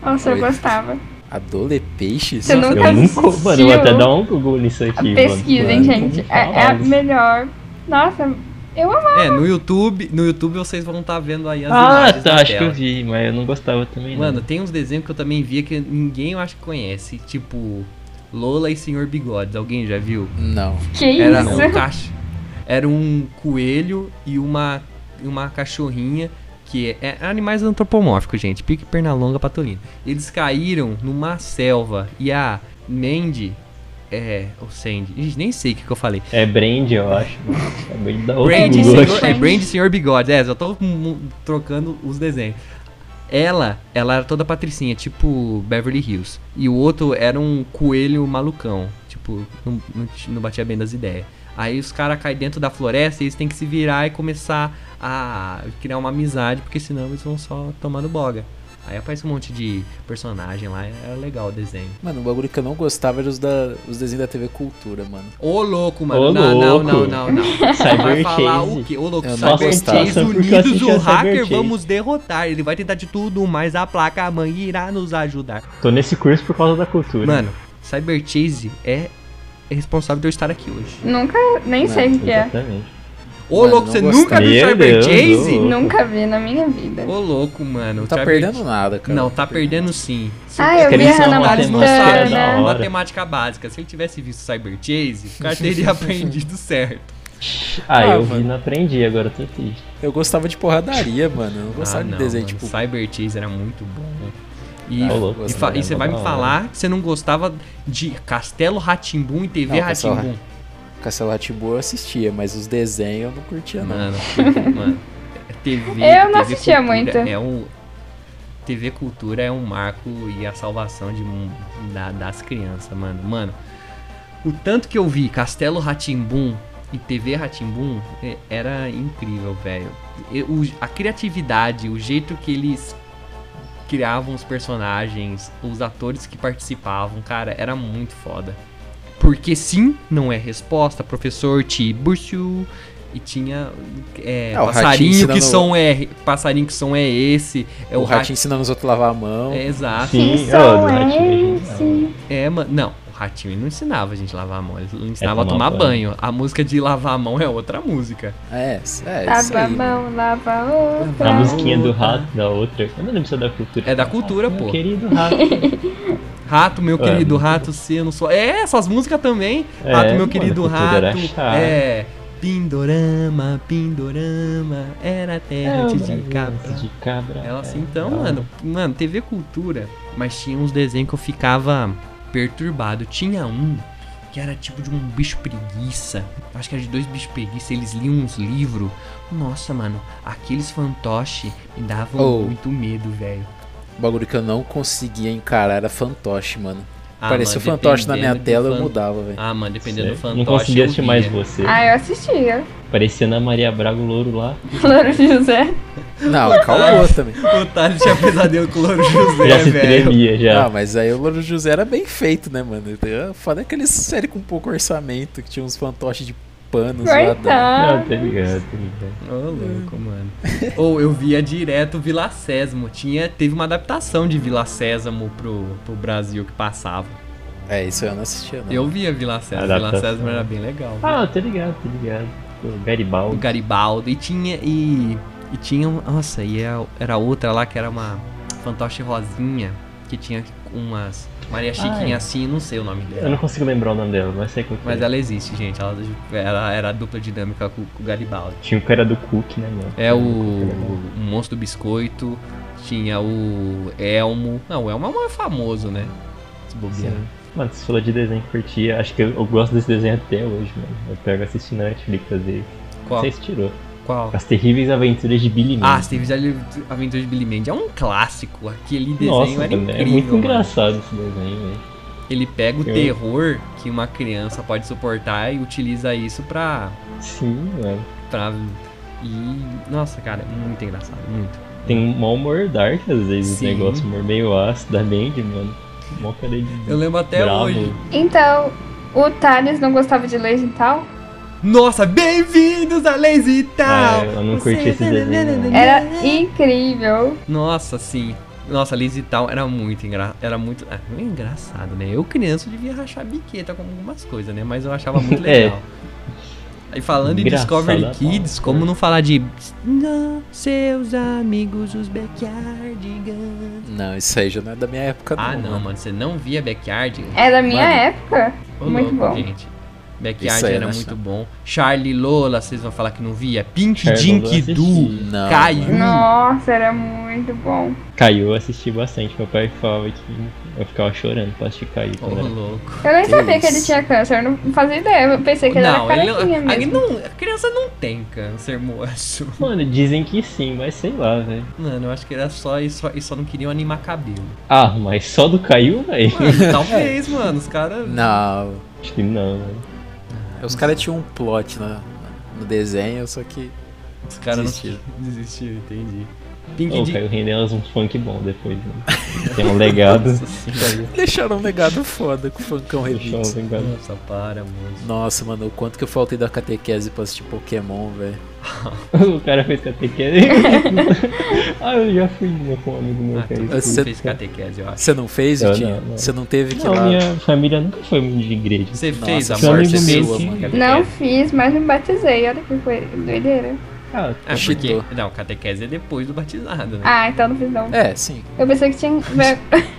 Nossa, eu Oi. gostava. Adole Peixes? Você nunca Eu nunca. assistiu. Mano, eu vou até dar um Google nisso aqui. Pesquisem, mano. Mano, gente. como É, é a fala isso? melhor. Nossa, eu amava. É, no YouTube, no YouTube vocês vão estar vendo aí as Ah, imagens tá, na acho que tela. eu vi, né? mas eu não gostava também. Mano, tem uns desenhos que eu também via que ninguém eu acho que conhece, tipo Lola e Senhor Bigodes. Alguém já viu? Não. Que Era isso? um cacho. Era um coelho e uma uma cachorrinha que é, é animais antropomórficos, gente. Pique pernalonga patolina. Eles caíram numa selva e a Mandy é, ou Sandy, Ih, nem sei o que, que eu falei. não. É Brand, eu acho. É bem da outra Brandy, Google. senhor, é Brandy, senhor bigode. É, eu tô mu- trocando os desenhos. Ela, ela era toda patricinha, tipo Beverly Hills. E o outro era um coelho malucão. Tipo, não, não t- não batia bem das ideias. Aí os caras caem dentro da floresta e eles têm que se virar e começar a criar uma amizade, porque senão eles vão só tomando boga. Aí aparece um monte de personagem lá, era legal o desenho. Mano, o bagulho que eu não gostava era os, da, os desenhos da TV Cultura, mano. Ô louco, mano. Ô, não, louco. não, não, não, não. Cyber vai falar Chase. o quê? Ô louco, Eu não Cyber gostava. Chase Só porque eu unidos assistia o Cyber hacker Chase. vamos derrotar. Ele vai tentar de tudo, mas a placa mãe irá nos ajudar. Tô nesse curso por causa da cultura. Mano, Cyber Chase é responsável de eu estar aqui hoje. Nunca, nem Não, sei o que é. Exatamente. Ô Mano, louco, não você gostava. nunca viu Meu Cyber Deus, Chase? ô. Nunca vi na minha vida. Ô louco, mano. Não tá Cyber- perdendo nada, cara. Não, tá perdendo sim. Ah, eu Porque vi a É eles são Hannah Eles não Montana. Montana. sabem Da hora. matemática básica. Se ele tivesse visto Cyber Chase, o cara teria aprendido certo. Ah, Ah, eu vi, mano. não aprendi, agora tô triste. Eu gostava de porradaria, mano. Eu não gostava Ah, de não, desenho, mano, tipo... Cyber Chase era muito bom. E, Tá louco, e fa- mano, e você vai me da hora. falar que você não gostava de Castelo Ratimbum e TV Não, Castelo Ratimbum. Castelo Rá-Tim-Bum eu assistia, mas os desenhos eu não curtia, não. Mano, mano, TV. Eu não TV assistia Cultura muito. É um, TV Cultura é um marco e a salvação de, um- da- das crianças, mano. Mano, o tanto que eu vi Castelo Ratimbum e TV Ratimbum é, era incrível, velho. E o- A criatividade, o jeito que eles criavam os personagens, os atores que participavam, cara, era muito foda. Porque sim, não é resposta, professor Tiburcio. E tinha é, Ah, o ratinho passarinho que ensinando- som é passarinho que som é esse, é o o, ratinho ratinho. ensinando os outros a lavar a mão. É, exato. Sim, são ó, do Ratinho, esse? É, mano. Não, o ratinho ele não ensinava a gente a lavar a mão, ele ensinava a tomar tomar banho. A música de lavar a mão é outra música. É, é isso Lava a aí. mão, lava a outra. A musiquinha do rato, da outra. Eu não lembro se é da cultura. Ah, É da cultura, Meu pô. Querido rato. Rato, meu É. querido rato, se eu não sou. É, essas músicas também. É, rato, meu mano, querido cultura era rato. chata. É. Pindorama, Pindorama, era a terra o antes de Brasil, cabra. É, de cabra. Ela assim, É, então, da hora. mano, mano, TV Cultura, mas tinha uns desenhos que eu ficava perturbado. Tinha um que era tipo de um bicho preguiça. Acho que era de dois bichos preguiça, eles liam uns livros. Nossa, mano, aqueles fantoches me davam Oh. muito medo, velho. O bagulho que eu não conseguia encarar era fantoche, mano. Ah, Parecia o mano, fantoche na minha dependendo do tela, eu fan- mudava, velho. Ah, mano, dependendo do fantoche. Não conseguia eu assistir mais via. você. Ah, eu assistia. Parecia Ana Maria Braga o louro lá. Floro José. Ah. Não, calma também. O Thales tinha pesadelo com o Louro José, já se É, velho. Tá. tremia, já. Ah, mas aí o Louro José era bem feito, né, mano? Foda aquele série com pouco orçamento, que tinha uns fantoches de panos lá. da- não, Coitado. tá ligado, tá ligado. Ô, louco, mano. Ou eu via direto Vila Sésamo. Tinha, teve uma adaptação de Vila Sésamo pro, pro Brasil que passava. É, isso eu não assistia, não. Eu via Vila Sésamo. Vila Adaptação. Sésamo era bem legal. Ah, tá ligado, tá ligado. O O Garibaldi. Garibaldo. E tinha. E, e tinha. um- Nossa, e era- era outra lá que era uma fantoche rosinha. Que tinha umas. Maria Chiquinha Ai. assim, não sei o nome dela. Eu não consigo lembrar o nome dela, mas sei qual que Mas é. ela existe, gente. Ela, ela era a dupla dinâmica com, com o Garibaldi. Tinha o cara do Cook, né, mano? É o, o Monstro do Biscoito, tinha o Elmo. Não, o Elmo é o mais famoso, né? Se bobear. Sim. Mano, você falou de desenho que curtia. Acho que eu, eu gosto desse desenho até hoje, mano. Eu pego assistindo na Netflix às vezes. Qual? Vocês tirou. Qual? As terríveis aventuras de Billy Ah, Mann. Steve Jobs Aventura de Billy Mandy é um clássico. Aquele desenho Nossa, era mano, incrível. é muito mano. engraçado esse desenho, velho. Ele pega o Eu- terror que uma criança pode suportar e utiliza isso pra. Sim, mano. pra e. Nossa, cara, é muito engraçado, muito. Tem um mau humor dark às vezes, Sim. esse negócio, um humor meio ácido da Mandy, mano. Mó cara de. Eu lembro até bravo. hoje. Então, o Thales não gostava de leite e tal? Nossa, bem-vindos a Lazy Town! Ah, eu não curti esse desenho, não. Era Uhum. incrível. Nossa, sim. Nossa, Liz e tal era muito engraçado. Era muito. Ah, não é engraçado, né? Eu, criança, devia rachar a biqueta com algumas coisas, né? Mas eu achava muito É. legal. Aí falando em Engraçado Discovery é Kids, bom, como né? não falar de. Não, seus amigos, os Backyardigans. Não, isso aí já não é da minha época, não. Tá Ah, né? não, mano, você não via Backyardigans? Era da minha Mano. época. Ô, Muito louco, bom. Gente. Isso Backyard aí, era né, muito Sam? bom. Charlie Lola, vocês vão falar que não via. Pink Charlie Lola eu Dink Doo. assisti. Ah, Não, Caiu. mano. Nossa, era muito bom. Caiu, eu assisti bastante. Meu pai falava que eu ficava chorando pra assistir tá Caiu. Ô, quando era- louco. Eu nem Que sabia que ele isso? tinha câncer, eu não fazia ideia. Eu pensei que ele não, era ele carequinha não, ele mesmo. não, a criança não tem câncer, moço. Mano, dizem que sim, mas sei lá, velho. Mano, eu acho que era só e só, e só não queriam animar cabelo. Ah, mas só do Caiu, velho? Mano, é. talvez, mano, os caras. Não. Acho que não, né? velho. Os caras tinham um plot na- no desenho, só que. Os caras Desistiram. não desistiram, entendi. Pink Ô, Dink. Caiu rendeu uns- um funk bom depois, mano. Tem um legado. Nossa senhora. Deixaram um legado foda com o Funkão Deixou Remix. um legado. Nossa, para, moço. Nossa, mano, o quanto que eu faltei da catequese pra assistir Pokémon, velho. Ah. O cara fez catequese. ah, eu já fui né, com um amigo meu Ah, que é tu, isso. tu Você- fez catequese, eu acho. Você não fez, Eu Vitinho? não, não. Você não teve que ir Não, lá. minha família nunca foi muito de igreja. Você Nossa, fez a seu morte, amigo você fez meu uma que- catequese. Ah, Não fiz, mas me batizei. Olha que coi- doideira. Ah, Ah, Cheatou. porque, não, catequese é depois do batizado, né? Ah, então não fiz não. É, sim. Eu pensei que tinha. um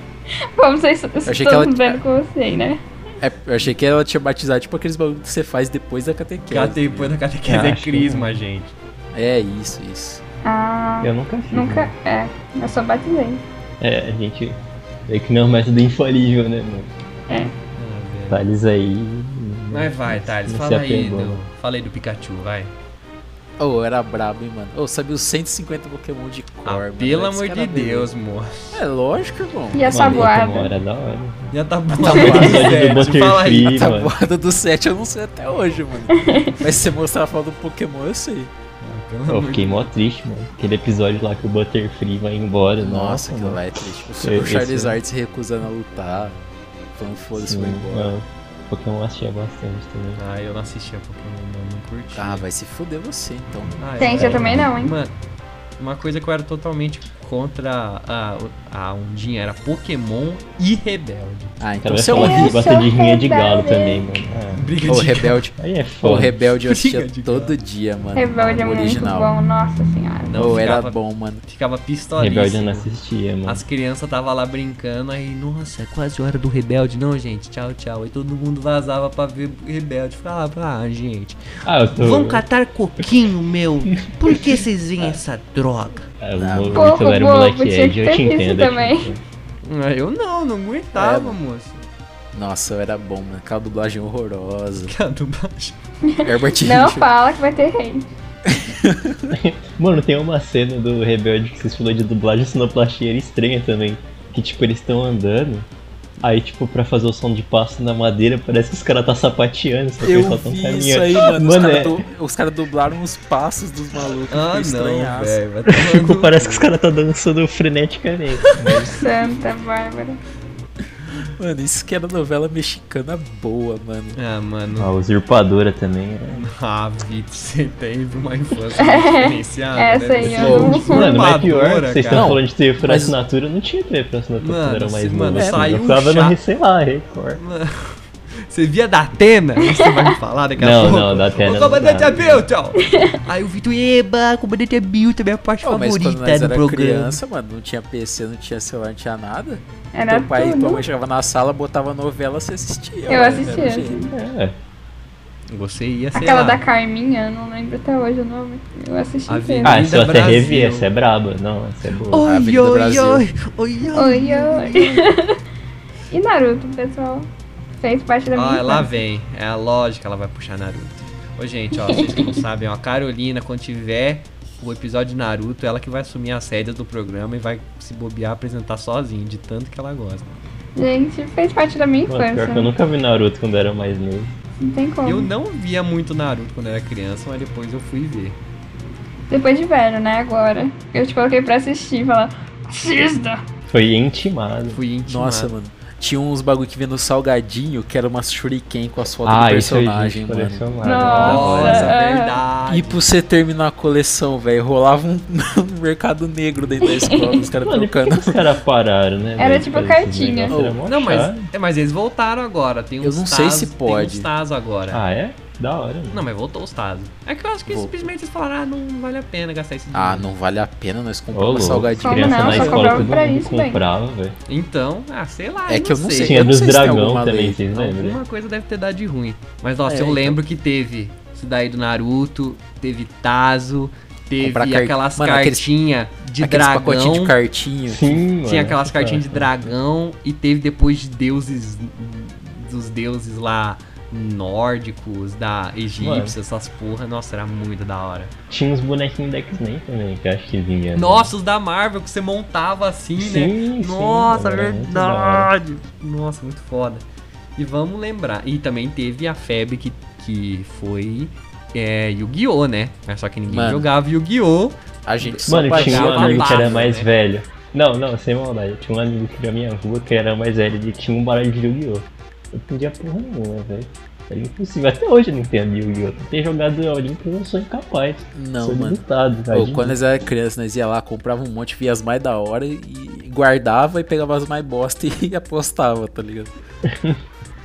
Como vocês achei estão que ela- vendo com você, né? É, eu achei que ela tinha batizado tipo aqueles bagulho que você faz depois da catequese. Cate- Depois da catequese Ah, é acho que- crisma, gente. É, isso, isso. Ah, eu nunca fiz. nunca. né? É, eu só batizei. É, a gente. É que não é um método infalível, né, mano? Ah, velho. Thales aí. Mas vai, Thales, Tá. Não se fala aí, apegou. do, fala aí do Pikachu, vai. Oh, era brabo, hein, mano. Oh, sabia os 150 Pokémon de cor, Ah, mano. pelo Esse amor cara é de Deus, moço. doido. É lógico, irmão. E a Mano, Pokémon tabuada? Era da hora. Já tá bom. Tá bom. Episódio do Sete, fala aí. Butterfree, Tá mano. borda do 7 eu não sei até hoje, mano. Mas se você mostrar a foto do Pokémon, eu sei. Pelo Eu amor de fiquei mó triste, mano. Aquele episódio lá que o Butterfree vai embora. Nossa, que mano. lá é triste. O Esse- Charizard se recusando a lutar. Falando, foda-se, Sim, foi embora. mano. Pokémon assistia bastante também. Ah, eu não Tá. assistia Pokémon, não, não curti. Ah, vai se fuder você então. Ah, Gente, é. eu também não, hein? Mano, Uma coisa que eu era totalmente contra a, a ondinha era Pokémon e Rebelde. Ah, então Cara, vai seu falar horrível. que gosta de rinha de galo Rebelde. também, mano. Briga Ô, de Rebelde. Ah, Aí é Ô, foda. Rebelde eu assistia Briga de todo dia, mano. Rebelde é o muito original. bom, nossa senhora. Não, Ô, era ficava- bom, mano. Ficava pistolíssimo. Rebelde eu né? não assistia, mano. As crianças tava lá brincando, aí, nossa, é quase hora do Rebelde. Não, gente, tchau, tchau. Aí todo mundo vazava pra ver o Rebelde. Falava, ah, gente, Ah, eu tô. vão catar coquinho, meu. Por que vocês veem essa droga? Ah, eu mo- Pouco eu era bobo, moleque tinha Ed, que eu ter te visto entendo. eu te também. entendo. Ah, Eu não, não aguentava, É. moço. Nossa, eu era bom, mano. Aquela dublagem horrorosa. Cara, do baixo. Herbert Não Richards. fala que vai ter rei. Mano, tem uma cena do Rebelde que vocês falou de dublagem sinoplastia era estranha também. Que tipo, eles estão andando, aí tipo, pra fazer o som de passo na madeira, parece que os caras tá sapateando, só que eles só Eu tão um vi isso aí, caminhando. mano. Os Mano, caras é- dublaram os passos dos malucos. Ah, fiquei não, estranhaço. velho. vai tomar Ficou- no- Parece que os caras tá dançando freneticamente. Santa Bárbara. Mano, isso que era novela mexicana boa, mano. Ah, mano. A usurpadora também. né? Ah, Vitor, você teve uma infância muito diferenciada. Essa né? aí Você eu é não- muito Mano, mas pior, formadora, vocês cara. estão falando de TV por Mas- assinatura, não tinha TV por assinatura Mano, quando era mais mano, novo. assim, saiu eu ficava um no, chá- sei lá, Record. Mano, Você via da Atena? Você vai me falar daqui a Não, pouco. não, da Atena O não comandante dá. Abil, tchau. Aí o Vitor, eba, comandante Abil também é a parte Ô, mas quando favorita nós do era programa. criança, mano, não tinha PC, não tinha celular, não tinha nada. Era Teu pai e tua tudo. mãe chegava na sala, botava novela, você assistia. Eu mano, assistia. era um jeito. É, Você ia, sei Aquela lá. da Carminha, não lembro até hoje o nome. Eu assisti A inteiro. Ah, Ainda essa eu até Brasil. revi, essa é braba. Não, essa é boa. A Oi, Avenida oi, Brasil. oi, oi, Ah. Oi, oi. e Naruto, pessoal? Fez parte da minha Ah, lá infância. vem. É a lógica, ela vai puxar Naruto. Ô, gente, ó, vocês que não sabem, ó, a Carolina, quando tiver o episódio de Naruto, ela que vai assumir as rédeas do programa e vai se bobear apresentar sozinha, de tanto que ela gosta. Gente, fez parte da minha Mano, infância. pior que eu nunca vi Naruto quando era mais novo. Não tem como. Eu não via muito Naruto quando era criança, mas depois eu fui ver. Depois de velho, né? Agora. Eu te coloquei pra assistir e falar. Assista! Foi intimado. Fui intimado. Nossa, mano. Tinha uns bagulho que vinha no salgadinho, que era umas shuriken com as fotos do Ah, isso aí, personagem, gente, mano. colecionável. Nossa. Nossa, é. verdade. E pra você terminar a coleção, velho, rolava um, um mercado negro dentro da escola, os caras Mano, e por que trocando. que os caras pararam, né? Era velho, tipo pra esses cartinha. negócios? Era mó Não, mas, chato. é, mas eles voltaram agora. Tem uns Eu não sei Tazos- se pode. Tem uns Tazos agora. Ah, é? Da hora, mano. Não, mas voltou os Tazos. É que eu acho que Vol- simplesmente eles falaram, ah, não vale a pena gastar esse dinheiro. Ah, não vale a pena nós Ô, compramos louco, salgadinho. Como criança na não? Só escola, comprava todo pra mundo isso, velho. comprava, velho. Então, ah, sei lá. É que eu não sei. Tinha não dos sei se tem dragão alguma também, lei. vocês lembram? Alguma coisa deve ter dado de ruim. Mas nossa, É, eu então. lembro que teve isso daí do Naruto, teve Tazo, teve Comprar car- aquelas Mano, aqueles- cartinhas de Aqueles dragão. pacotinhos de cartinha. Sim, mano. Tinha aquelas cartinhas de Ah, dragão e teve depois de deuses dos deuses lá nórdicos, da egípcia, Mano. essas porra. Nossa, era muito da hora. Tinha uns bonequinhos da X-Men também, que eu acho que vinha. né? Nossa, os da Marvel que você montava assim, né? Sim, sim, Nossa, mano, era muito da hora. verdade. é Nossa, muito foda. E vamos lembrar. E também teve a febre que, que foi é, Yu-Gi-Oh, né? Mas só que ninguém Mano. jogava Yu-Gi-Oh! A gente só Mano, tinha um pagava amigo que bala, era mais né? velho. Não, não, sem maldade. Tinha um amigo que era minha rua que era mais velho. Ele tinha um baralho de Yu-Gi-Oh! Eu pedia porra nenhuma, velho. Era impossível. Até hoje eu não entendo Yu-Gi-Oh! Eu tenho jogado Olímpio, eu sou incapaz. Não, sou mano. limitado, Pô, tadinho. quando nós era criança, nós ia lá, comprava um monte, via as mais da hora e guardava e pegava as mais bosta e apostava, tá ligado?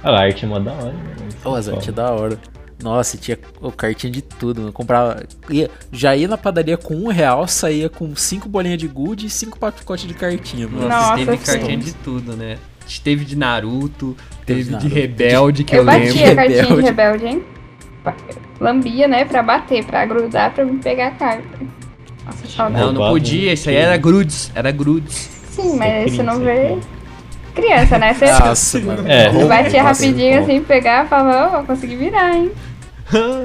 Ah, a arte é mó da hora, né? Ô, as artes da hora. Nossa, e tinha o cartinha de tudo, mano. Comprava. Ia, já ia na padaria com um real, saía com cinco bolinhas de gude e cinco pacotes de cartinha, mano. Nossa, teve sim. cartinha de tudo, né? Teve de Naruto, teve Teve de Naruto. Rebelde, que eu, Eu batia lembro. a cartinha de Rebelde. rebelde, hein? Lambia, né? Pra bater, pra grudar, pra me pegar a carta. Nossa, saudade. Não, não Roubava, podia, né? isso aí era grudes, era grudes. Sim, mas Isso você é não cringe, vê. isso Criança, né? Ah, Você Nossa, mano. É. você batia Nossa, rapidinho bom. assim, pegava e falava, ó, consegui virar, hein?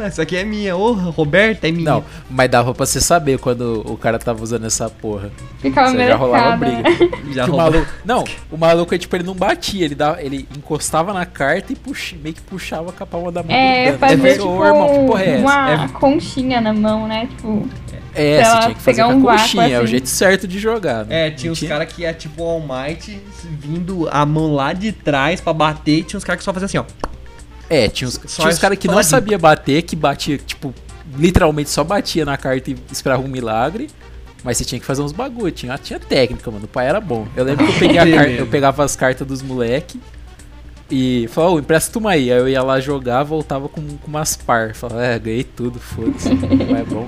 Essa aqui é minha, ô Roberta é minha. Não, mas dava pra você saber quando o cara tava usando essa porra. Ficava Você já rolava melecada. briga. né? Já Que o roubou. maluco, não, o maluco, tipo, ele não batia, ele, dava, ele encostava na carta e puxa, meio que puxava com a palma da mão. É, gritando. fazer Ô, tipo irmão, que porra é essa? uma conchinha na mão, né? Tipo, É, Pra você ela tinha que fazer pegar com a um vácuo, conchinha, é o assim. jeito certo de jogar. né? É, tinha uns Não caras que ia tipo o All Might vindo a mão lá de trás pra bater e tinha uns caras que só faziam assim, ó. É, tinha uns, Só tinha uns caras que não espadinha. sabia bater, que batia, tipo, literalmente só batia na carta e esperava um milagre. Mas você tinha que fazer uns bagulho, tinha, tinha técnica, mano. O pai era bom. Eu lembro que eu, peguei a Ele car- É mesmo. eu pegava as cartas dos moleque e falava, ô, empresta uma aí. Aí eu ia lá jogar, voltava com, com umas par. Falava, é, ganhei tudo, foda-se. meu pai é bom.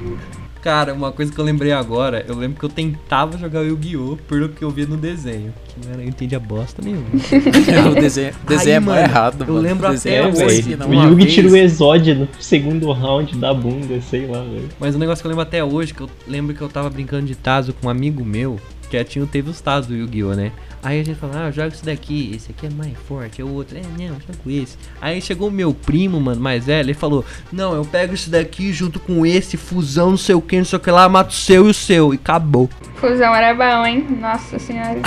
Cara, uma coisa que eu lembrei agora, eu lembro que eu tentava jogar Yu-Gi-Oh! pelo que eu via no desenho. Que não era, eu entendia bosta nenhuma. o desenho, o desenho Aí, é mó mano, errado, eu mano. lembro o desenho até é hoje. assim, não, o uma Yugi vez. tira o Exódia no segundo round da bunda, sei lá, velho. Mas um negócio que eu lembro até hoje, que eu lembro que eu tava brincando de Tazo com um amigo meu, que já tinha, teve os Tazos do Yu-Gi-Oh, né? Aí a gente falava, ah, joga isso daqui, esse aqui é mais forte, é o outro, é, não, jogo esse. Aí chegou o meu primo, mano, mais velho, ele falou, não, eu pego isso daqui junto com esse, fusão, não sei o que, não sei o que lá, mato o seu e o seu, e acabou. Fusão era bom, hein? Nossa senhora.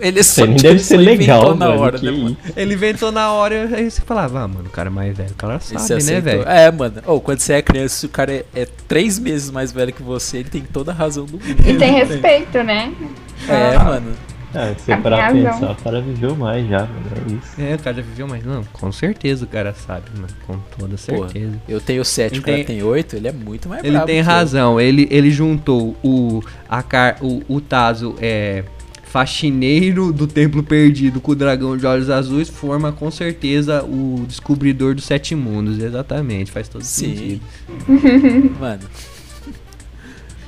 Ele só Isso aí nem deve ser só inventou legal, na mano. hora, que né, mano? isso. Ele inventou na hora, aí você falava, ah, mano, o cara mais velho, o cara Ele sabe, se né, aceitou. velho? É, mano. Ou quando você é criança, se o cara é, é três meses mais velho que você, ele tem toda a razão do mundo. E tem respeito, né? É, mano. Ah, se Ah, tem parar pra razão. pensar, o cara viveu mais já, mano. É isso. É, o cara já viveu mais, não, com certeza o cara sabe, mano, com toda Porra, certeza. eu tenho sete, o Ele cara tem- tem oito, ele é muito mais Ele brabo tem que eu. razão, ele, ele juntou o, a car, o, o Tazo é, faxineiro do Templo Perdido com o dragão de olhos azuis, forma com certeza o descobridor dos sete mundos, exatamente, faz todo Sim. sentido. Mano.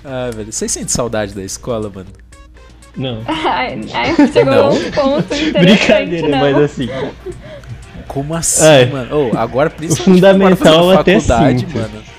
Ah, velho. Vocês sentem saudade da escola, mano? Não. Ai, ai, chegou Não. um ponto interessante, né? Brincadeira, não. mas assim. Como assim, É. mano? Ou agora, principalmente fundamental agora até fazendo faculdade, sinto. mano.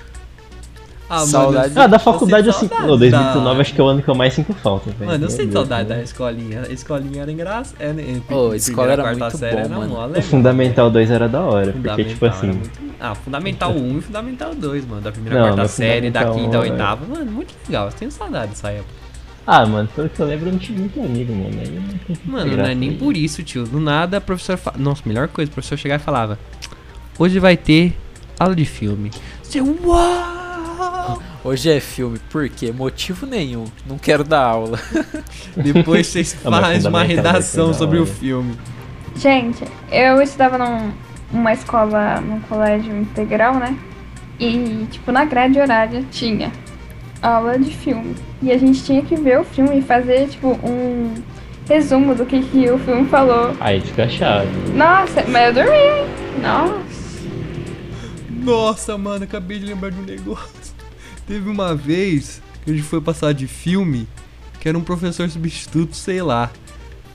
Ah, Saudade. eu- Ah, da eu faculdade sinto assim. saudade Não, 2019 da- acho que é o ano que eu mais sinto falta, velho. Mano, eu Meu sinto Deus, saudade né? da escolinha. A escolinha era engraçada. É, né? Ô, a escola Primeira, era quarta muito série bom, era mano. mó O legal. Fundamental 2 era da hora, porque Fundamental tipo assim. era muito- Ah, Fundamental 1 e Fundamental 2, mano. Da primeira, Não, quarta meu série, da Fundamental quinta, um, oitava. Mano, muito legal. Eu tenho saudade dessa época. Ah, mano, pelo que eu lembro, eu não tive muito amigo, mano. Aí não tem Mano, não graça é nem aí. por isso, tio. Do nada, a professora fala... Nossa, melhor coisa, o professor chegar e falava... Hoje vai ter aula de filme. Você, uau! Hoje é filme, por quê? Motivo nenhum. Não quero dar aula. Depois vocês Ah, mas fazem uma fundamental vai ser redação da sobre o hora. filme. Gente, eu estudava num, numa escola, num colégio integral, né? E, tipo, na grade horária tinha aula de filme. E a gente tinha que ver o filme e fazer, tipo, um resumo do que, que o filme falou. Aí descachado. Nossa, mas eu dormi, hein? Nossa. Nossa, mano, acabei de lembrar de um negócio. Teve uma vez que a gente foi passar de filme, que era um professor substituto, sei lá.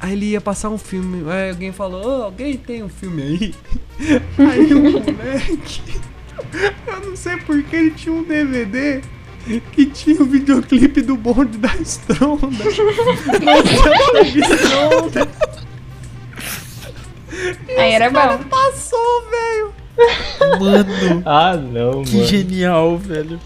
Aí ele ia passar um filme, aí alguém falou, ô, alguém tem um filme aí? Aí o moleque, eu não sei porque ele tinha um DVD que tinha o videoclipe do bonde da estronda. Não tinha da estronda. Aí era bom. Passou, velho. Mano, Ah, não, que mano. genial, velho.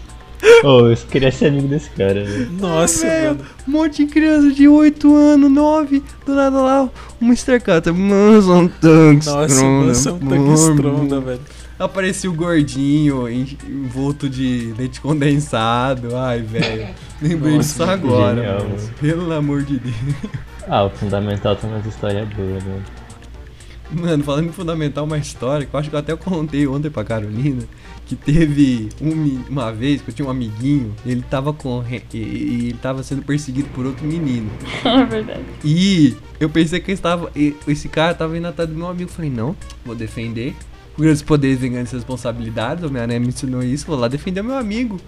Ô, eu queria ser amigo desse cara, né? velho. Nossa, Velho, é, mano. um monte de criança de 8 anos, 9, do lado lá, uma estracata. Mansão Tanks. Nossa, nossa, um tanque estronda, velho. Apareceu o gordinho, en- envolto de leite condensado. Ai, velho. Lembrei Nossa, disso agora, genial, mano. mano. Pelo amor de Deus. Ah, o Fundamental tem umas histórias boas, mano. Mano, falando em fundamental uma história, que eu acho que eu até contei ontem pra Carolina, que teve um me- uma vez que eu tinha um amiguinho, ele tava correndo e, e ele tava sendo perseguido por outro menino. É verdade. E eu pensei que eu estava, e- esse cara tava indo atrás do meu amigo. Falei, não, vou defender. Com grandes poderes vem grandes responsabilidades. O Homem-Aranha me ensinou isso. Vou lá defender o meu amigo.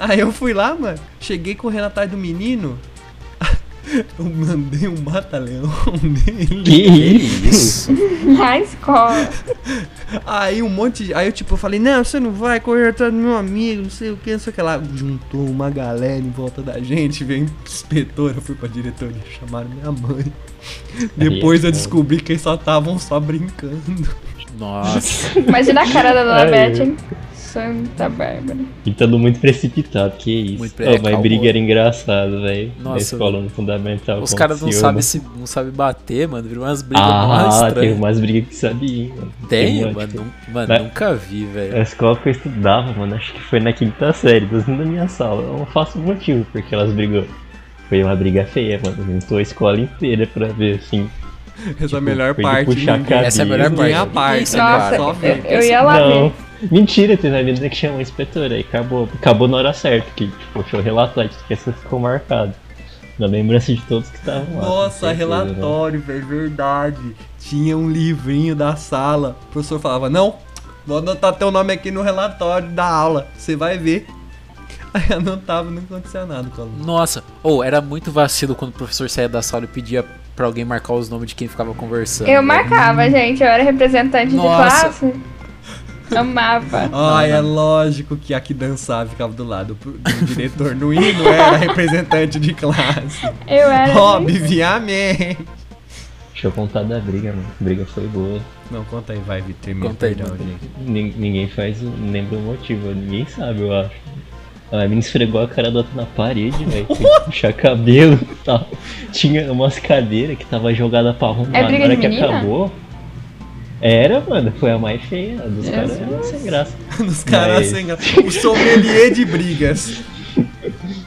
Aí eu fui lá, mano. Cheguei correndo atrás do menino. Eu mandei um mata-leão nele. Que isso? Na escola. Aí um monte de. Aí eu tipo, eu falei, não, você não vai correr atrás do meu amigo, não sei o que, não sei o que lá. Juntou uma galera em volta da gente, veio um inspetor, eu fui pra diretoria, chamaram minha mãe. Depois eu foda. descobri que eles só estavam só brincando. Nossa. Imagina a cara da Dona Ai. Beth, hein? Santa Bárbara. E todo muito precipitado, que isso. Muito pre- Ô, é, mas calma. briga era engraçado, velho. Na Nossa, escola no Fundamental. Os caras não aconteceu, sabem mano. se não sabe bater, mano. Virou umas brigas mais Ah, tá? teve estranhas. umas brigas que sabia, hein, mano. Tem, uma, mano. tipo, nun- Mano, Vai- nunca vi, velho. A escola que eu estudava, mano, acho que foi na quinta série, das meninas da minha sala. Eu não faço motivo porque elas brigou. Foi uma briga feia, mano. Juntou a escola inteira pra ver, assim. Essa é a melhor foi de parte. puxar ninguém- a Essa é a melhor cabeça. Ninguém parte. aparta, Isso, né? cara. Nossa, Só eu, vem. eu ia lá Não, ver. Mentira, teve uma menina que chamou a inspetora e acabou, acabou na hora certa, que tipo, foi o relatório, que essa ficou marcado. Na lembrança de todos que estavam lá. Nossa, com certeza, né? relatório, velho, verdade. Tinha um livrinho da sala. O professor falava: Não, vou anotar teu nome aqui no relatório da aula, você vai ver. Aí anotava, não acontecia nada com o aluno. Nossa, ou era muito vacilo quando o professor saía da sala e pedia pra alguém marcar os nomes de quem ficava conversando. né? Eu velho. marcava, gente. Eu era representante Nossa. de classe. Amava. Ah, é lógico que a que dançava ficava do lado do do diretor no hino, era representante de classe. Eu era. assim. Obviamente. Deixa eu contar da briga, mano. A briga foi boa. Não, conta aí, vai, Vitor. me Conta aí, perdão, conta aí. gente. Nin- ninguém faz, o- nem lembra o motivo, ninguém sabe, eu acho. A menina esfregou a cara do outro na parede, velho. Tem que puxar cabelo e tal. Tinha umas cadeiras que tava jogada pra arrumar É briga na hora de que menina? acabou. Era, mano, foi a mais feia. A dos caras era sem graça. Os caras Mas- sem graça. O sommelier de brigas.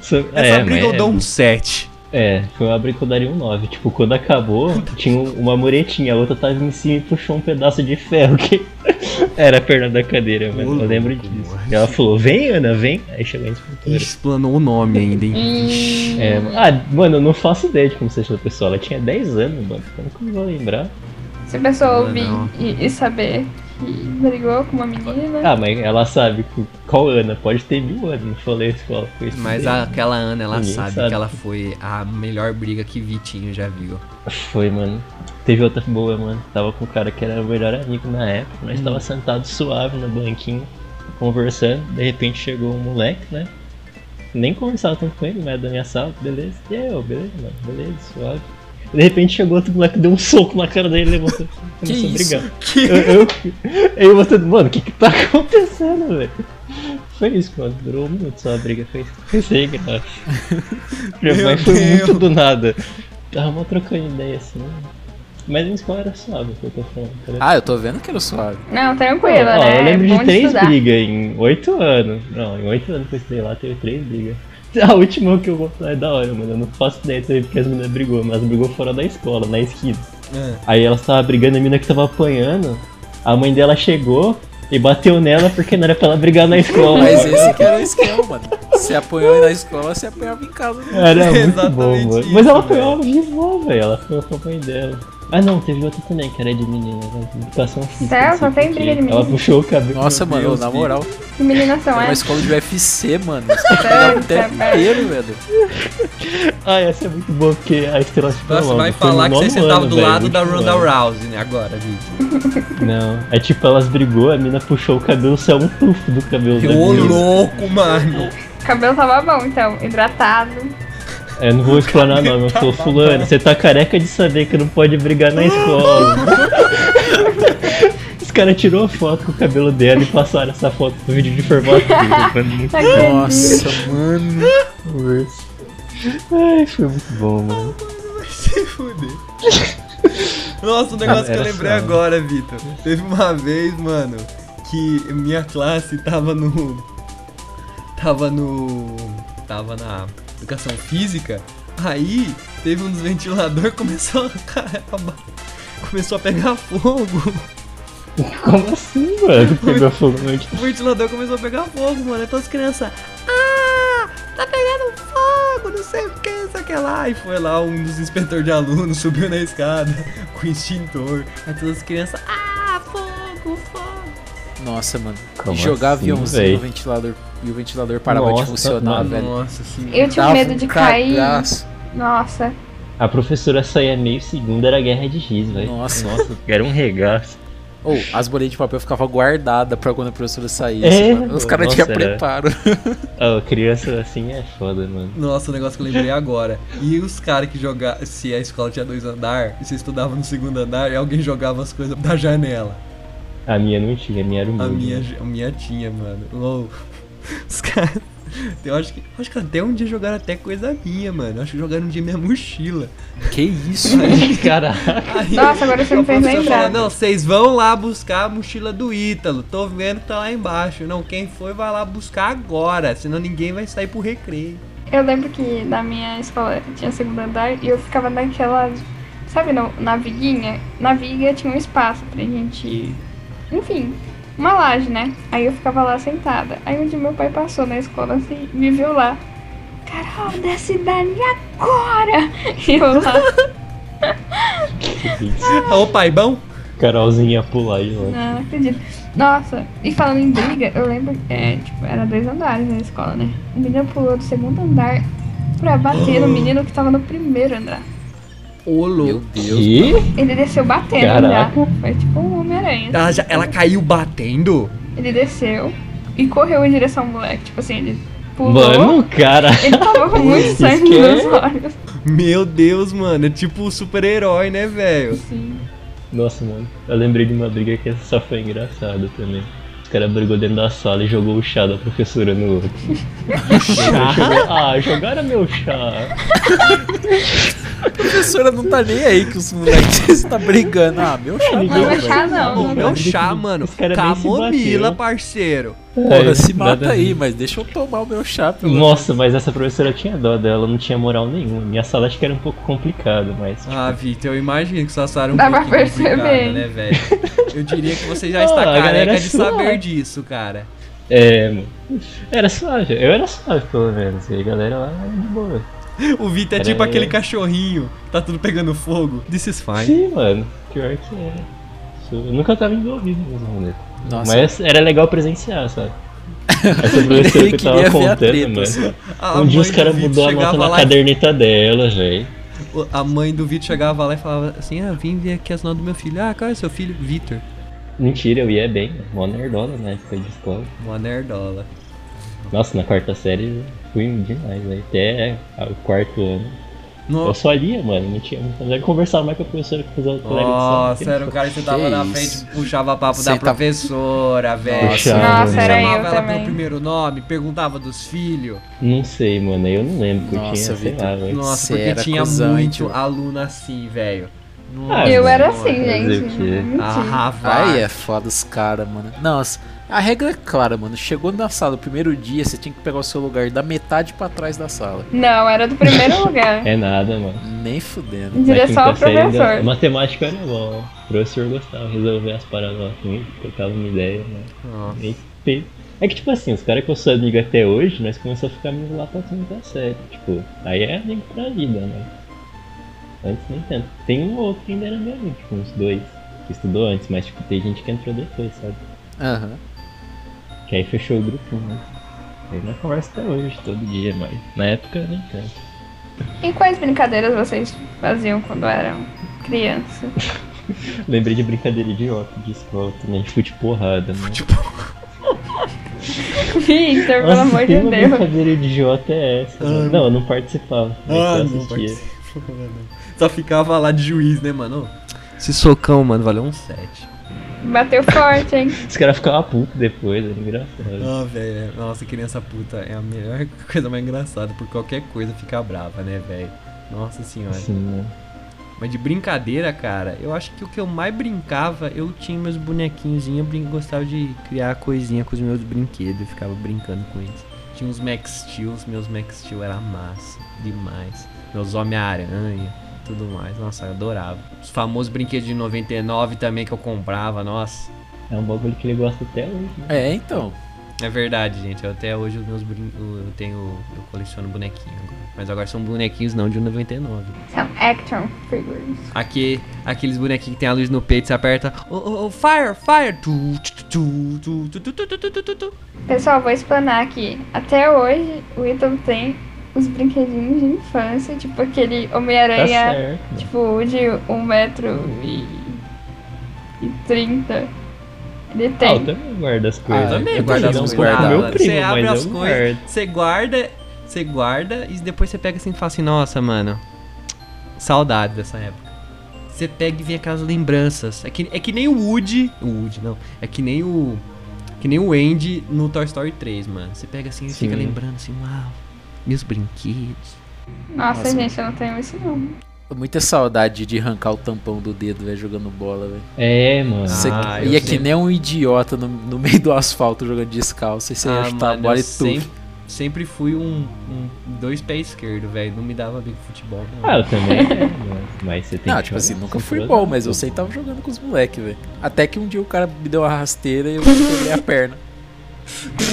Só- Essa briga eu é, mas- dou um 7. É, foi uma brincadeira um 9. Tipo, quando acabou, tinha um- uma muretinha, a outra tava em cima e puxou um pedaço de ferro que era a perna da cadeira, mano. Ô, Eu lembro louco, disso. mano. E ela falou, vem, Ana, vem. Aí chegou a instrutora. Explanou o nome ainda, hein? Ih, É, ah, mano, eu não faço ideia de como seja a pessoa. Ela tinha 10 anos, mano. Como que eu vou lembrar? Se a pessoa Não, ouvir não. E, e saber que brigou com uma menina. Ah, mas ela sabe que- qual Ana. Pode ter mil anos, não falei a escola. foi isso Mas mesmo. aquela Ana, ela Ninguém sabe, sabe. que ela foi a melhor briga que Vitinho já viu. Foi, mano. Teve outra boa, mano. Tava com o cara que era o melhor amigo na época. Nós Uhum. tava sentado suave no banquinho, conversando. De repente chegou um moleque, né? Nem conversava tanto com ele, mas era da minha sala, beleza. E aí, ô, beleza, mano, beleza, suave. De repente chegou outro moleque, deu um soco na cara dele, Que levantou. Começou a isso? brigar. Eu, eu, eu você, mano, o que que tá acontecendo, velho? Foi isso, mano. Durou um minuto só a briga. Foi, foi sem graça. Meu Mas foi Deus. muito do nada. Tava mó trocando ideia assim. Mas a escola era suave, o que eu tô falando. Cara. Ah, eu tô vendo que era suave. Não, tranquila, Ó, né? eu lembro é bom de três estudar. brigas em oito anos. Não, em oito anos que eu estudei lá, teve três brigas. A última que eu vou falar é da hora, mano. Eu não faço ideia também porque as meninas brigou, mas brigou fora da escola, na esquina. Aí ela tava brigando, a menina que tava apanhando, a mãe dela chegou e bateu nela porque não era pra ela brigar na escola. Mas esse que era o esquema, mano. Você apanhou na escola, você apanhava em casa. Era muito Exatamente bom, mano. isso, Mas ela foi ao vivo, velho. Ela foi com a mãe dela. Ah não, teve outra também, que era de menina, né? educação física. Sério? não sei Só tem porquê. briga de menina? Ela puxou o cabelo. Nossa, meu mano, Deus, na filho. moral, Que menina são era uma essas? escola de UFC, mano. Os caras pegavam o tempo inteiro, velho. Ah, essa é muito boa, porque a estrela se Nossa, falou, vai foi falar no que você nono sentava um ano, do velho, lado da muito Ronda bom. Rousey, né? Agora, Vitor. Não, é tipo, elas brigou, a mina puxou o cabelo, saiu um tufo do cabelo da Ô, menina. louco, mano. O cabelo tava bom, então. Hidratado. É, não vou explanar não, mas tô fulano, você tá careca de saber que não pode brigar na escola. Os caras tirou a foto com o cabelo dela e passaram essa foto no vídeo de formato. Tá grande. Nossa, mano. Ai, foi muito bom, mano. Se fuder. Nossa, o negócio Ah, que eu era lembrei só. agora, Vitor. Teve uma vez, mano, que minha classe tava no. Tava no. Tava na educação física. Aí teve um dos ventilador começou a. Começou a pegar fogo. Como assim, mano? Pegou fogo no ventilador. O ventilador começou a pegar fogo, mano. Então as crianças. Ah! Tá pegando fogo, não sei o que, não sei o que lá. E foi lá um dos inspetores de alunos, subiu na escada com o extintor. Aí todas as crianças. Ah, fogo, fogo. Nossa, mano. Como e jogar assim, aviãozinho véi? no ventilador e o ventilador parava de Nossa, funcionar, mano. velho. Nossa assim, senhora. Eu tinha Dava medo um de cair. cagaço. Nossa. A professora saía meio segundo, era guerra de giz, velho. Nossa. Nossa, era um regaço. Ou as bolinhas de papel ficavam guardadas pra quando a professora saísse. É, mano. Os caras tinham nossa, era. preparo. Ah, criança assim é foda, mano. Nossa, o negócio que eu lembrei agora. E os caras que jogavam. Se a escola tinha dois andar, e você estudava no segundo andar, e alguém jogava as coisas da janela. A minha não tinha, a minha era um A mundo, minha, mano. a minha tinha, mano. Uou. Os caras. Eu acho que, acho que até um dia jogaram até coisa minha, mano. Acho que jogaram um dia minha mochila. Que isso? Caraca. Aí, Nossa, agora você me o fez professor lembrar. falou, não, vocês vão lá buscar a mochila do Ítalo. Tô vendo que tá lá embaixo. Não, quem foi vai lá buscar agora. Senão ninguém vai sair pro recreio. Eu lembro que na minha escola tinha um segundo andar e eu ficava naquela. Sabe, no, na viguinha? Na viga tinha um espaço pra gente. Enfim, uma laje, né? Aí eu ficava lá sentada. Aí um dia meu pai passou na escola assim, me viu lá. Carol, desce dali agora! E eu lá. Ô, pai, bom? Carolzinha pular de lá. Ah, Não, não acredito. Nossa, e falando em briga, eu lembro que é, tipo, era dois andares na escola, né? O menino pulou do segundo andar pra bater Ah. no menino que tava no primeiro andar. Ô, Meu louco. Deus. E? Ele desceu batendo Caraca. já. Foi tipo um Homem-Aranha. Ela, já- ela caiu batendo? Ah. Ele desceu e correu em direção ao moleque. Tipo assim, ele pulou. Mano, cara. Ele tava com muito Isso sangue que é. nos olhos. Meu Deus, mano. É tipo o super-herói, né, velho? Assim. Nossa, mano. Eu lembrei de uma briga que essa só foi engraçada também. Os caras brigou dentro da sala e jogou o chá da professora no outro. Jogou- ah, jogaram meu chá. A professora não tá nem aí que os moleques estão brigando. Ah, meu chá. Não, Ninguém- não é chá, não. É o chá, mano. Esse cara nem se Camomila, bateu. parceiro. Porra, É, se nada mata a aí, ver. mas deixa eu tomar o meu chá. Pelo Nossa, mas essa professora tinha dó dela, não tinha moral nenhuma. Minha sala acho que era um pouco complicada, mas. Ah, Vitor, eu imagino que sua Sara é um Dá pra pouquinho complicada, perceber. né, velho? Eu diria que você já Pô, está a galera careca é de sua. saber disso, cara. É, mano. Era suave, eu era suave pelo menos. E a galera lá era de boa. O Vitor é Cara, tipo é- aquele cachorrinho, tá tudo pegando fogo. This is fine. Sim, mano. Pior que era. Eu nunca tava envolvido nessa roleta. Nossa. Mas era legal presenciar, sabe? Essa professora Ele queria que tava ver a contando, treta. mano. assim. A um dia mãe os do caras Vitor mudou a nota chegava na lá e- caderneta dela, velho. A mãe do Vitor chegava lá e falava assim: Ah, vim ver aqui as notas do meu filho. Ah, qual é seu filho? Vitor. Mentira, eu ia bem, mano. mó nerdola na época de escola. Uma nerdola. Nossa, na quarta série eu fui demais, velho. Até o quarto ano. Eu só lia, mano, não tinha. Eu conversava mais com a professora que fazia o colega de Nossa, sala. era o cara que sentava Que na isso. tá frente, puxava papo da Sentava- professora, velho. Nossa, Nossa, era chamava eu ela pelo também. primeiro nome, perguntava dos filhos. Não sei, mano, eu não lembro que eu Nossa, tinha, sei Vitor. lá, velho. Nossa, Você porque era tinha cuzão, hein, muito tio? aluno assim, velho. Ah, Eu mano, era Nossa assim, fazer gente. o quê? Ah. Mentira. Arrava. Ai, é foda os caras, mano. Nossa, a regra é clara, mano. Chegou na sala o primeiro dia, você tinha que pegar o seu lugar da metade pra trás da sala. Não, era do primeiro lugar. É nada, mano. Nem fudendo. Em direção ao quinta série ainda- professor. matemática era bom. O professor gostava de resolver as paradas lá comigo, trocava uma ideia, né? Nossa. E pe- É que, tipo assim, os caras que eu sou amigo até hoje, nós começamos a ficar amigo lá pra quinta série. Tipo, aí é amigo pra vida, né? Antes nem tanto. Tem um ou outro que ainda era meu amigo, tipo, uns dois. Que estudou antes, mas, tipo, tem gente que entrou depois, sabe? Aham. Que aí fechou o grupinho, né? Aí nós conversa até hoje, todo dia, mas na época nem tanto. E quais brincadeiras vocês faziam quando eram criança? Lembrei de brincadeira idiota de escola também, de fute porrada, né? Victor, Tipo, pelo Nossa, amor que de Deus. brincadeira idiota é essa? mano? Ah, não, eu não participava. eu Ah, só não assistia. participou, mano. Só ficava lá de juiz, né, mano? Esse socão, mano, valeu um 7. Bateu forte, hein? Os caras ficavam putos depois, era engraçado. Ah, velho, é- nossa, criança puta é a melhor coisa mais engraçada, por qualquer coisa fica brava, né, velho? Nossa senhora. Assim, né? Mas de brincadeira, cara, eu acho que o que eu mais brincava, eu tinha meus bonequinhos, eu brin- gostava de criar coisinha com os meus brinquedos, eu ficava brincando com eles. Tinha uns Max Steel, os meus Max Steel era massa, demais. Meus Homem-Aranha, tudo mais, nossa, eu adorava. Os famosos brinquedos de 99 também que eu comprava, nossa. É um bagulho que ele gosta até hoje. né? É, então. É verdade, gente. Eu até hoje os meus brin... eu tenho. Eu coleciono bonequinho agora. Mas agora são bonequinhos não de 99. São action figures. Aqui, aqueles bonequinhos que tem a luz no peito, você aperta. Oh, oh, oh, fire, fire! Tu, tu, tu, tu, tu, tu, tu, tu, tu, tu, tu. Pessoal, vou explanar aqui. Até hoje, o Ítalo tem os brinquedinhos de infância, tipo aquele Tá Homem-Aranha, certo. tipo, de 1 metro e... e 30. Ele Ah, tem. eu também guardo as coisas. Ah, também eu guardo guardo as não coisas. guardo, Ah, Meu mano, primo, você abre mas as eu coisas, guardo. você guarda, você guarda e depois você pega assim e fala assim, nossa, mano. Saudade dessa época. Você pega e vem aquelas lembranças. É que, é que nem o Woody. O Woody, não. É que nem o. Que nem o Andy no Toy Story 3, mano. Você pega assim e fica Sim. lembrando assim, uau, meus brinquedos. Nossa, Nossa. gente, eu não tenho isso não. Muita saudade de arrancar o tampão do dedo, velho, jogando bola, velho. É, mano. Você Ah, eu ia sei. que nem um idiota no, no meio do asfalto jogando descalço. Aí você ia chutar a bola Ah, eu e tudo. sempre- sempre fui um, um dois pés esquerdo, velho. Não me dava bem com futebol. não. Ah, eu também. né? mas você tem Não, que tipo assim, jogar, nunca você fui joga. bom, mas eu sei que tava jogando com os moleques, velho. Até que um dia o cara me deu uma rasteira e eu quebrei a perna.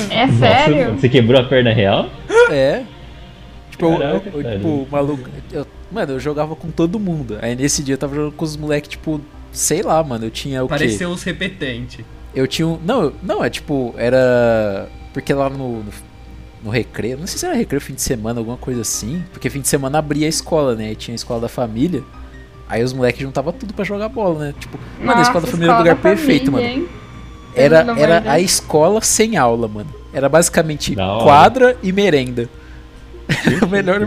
É Nossa, sério? mano, Você quebrou a perna real? É. Tipo, eu- eu- Caraca, eu, cara. tipo, maluco. eu- mano, eu jogava com todo mundo. Aí nesse dia eu tava jogando com os moleques, tipo, sei lá, mano. Eu tinha o quê? Pareceu os repetentes. Eu tinha um. Não, eu- não, é tipo, era. Porque lá no, no, no recreio, não sei se era recreio, fim de semana, alguma coisa assim. Porque fim de semana abria a escola, né? Aí tinha a escola da família. Aí os moleques juntavam tudo pra jogar bola, né? Tipo, mano, a escola da família era o lugar perfeito, mano. Era, Pelo né? amor de era Deus. a escola sem aula, mano. Era basicamente Da hora. quadra e merenda. Era o melhor,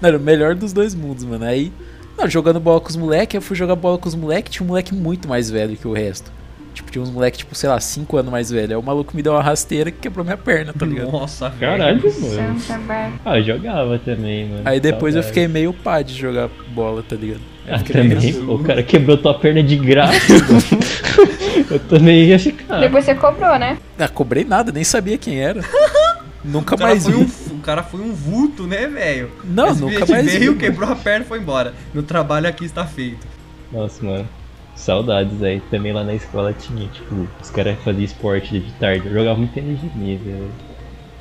não, era o melhor dos dois mundos, mano. Aí, não, jogando bola com os moleques, eu fui jogar bola com os moleques, tinha um moleque muito mais velho que o resto. Tipo, tinha uns moleques, tipo, sei lá, 5 anos mais velho. Aí o maluco me deu uma rasteira que quebrou minha perna, tá ligado? Nossa, velho. Caralho, É. mano. Santa Bárbara. Ah, eu jogava também, mano. Aí depois eu Saudade. fiquei meio pá de jogar bola, tá ligado? Ah, também, pô, o cara quebrou tua perna de graça. mano. eu também ia ficar. Depois você cobrou, né? Ah, cobrei nada, nem sabia quem era. nunca O cara, mais foi vi. um, fu- o cara foi um vulto, né, velho? Não, Esse nunca bilhete mais vi. veio, mano. quebrou a perna e foi embora. No trabalho aqui está feito. Nossa, mano. Saudades aí. Também lá na escola tinha, tipo, os caras faziam esporte de tarde. Eu jogava muito energia, velho.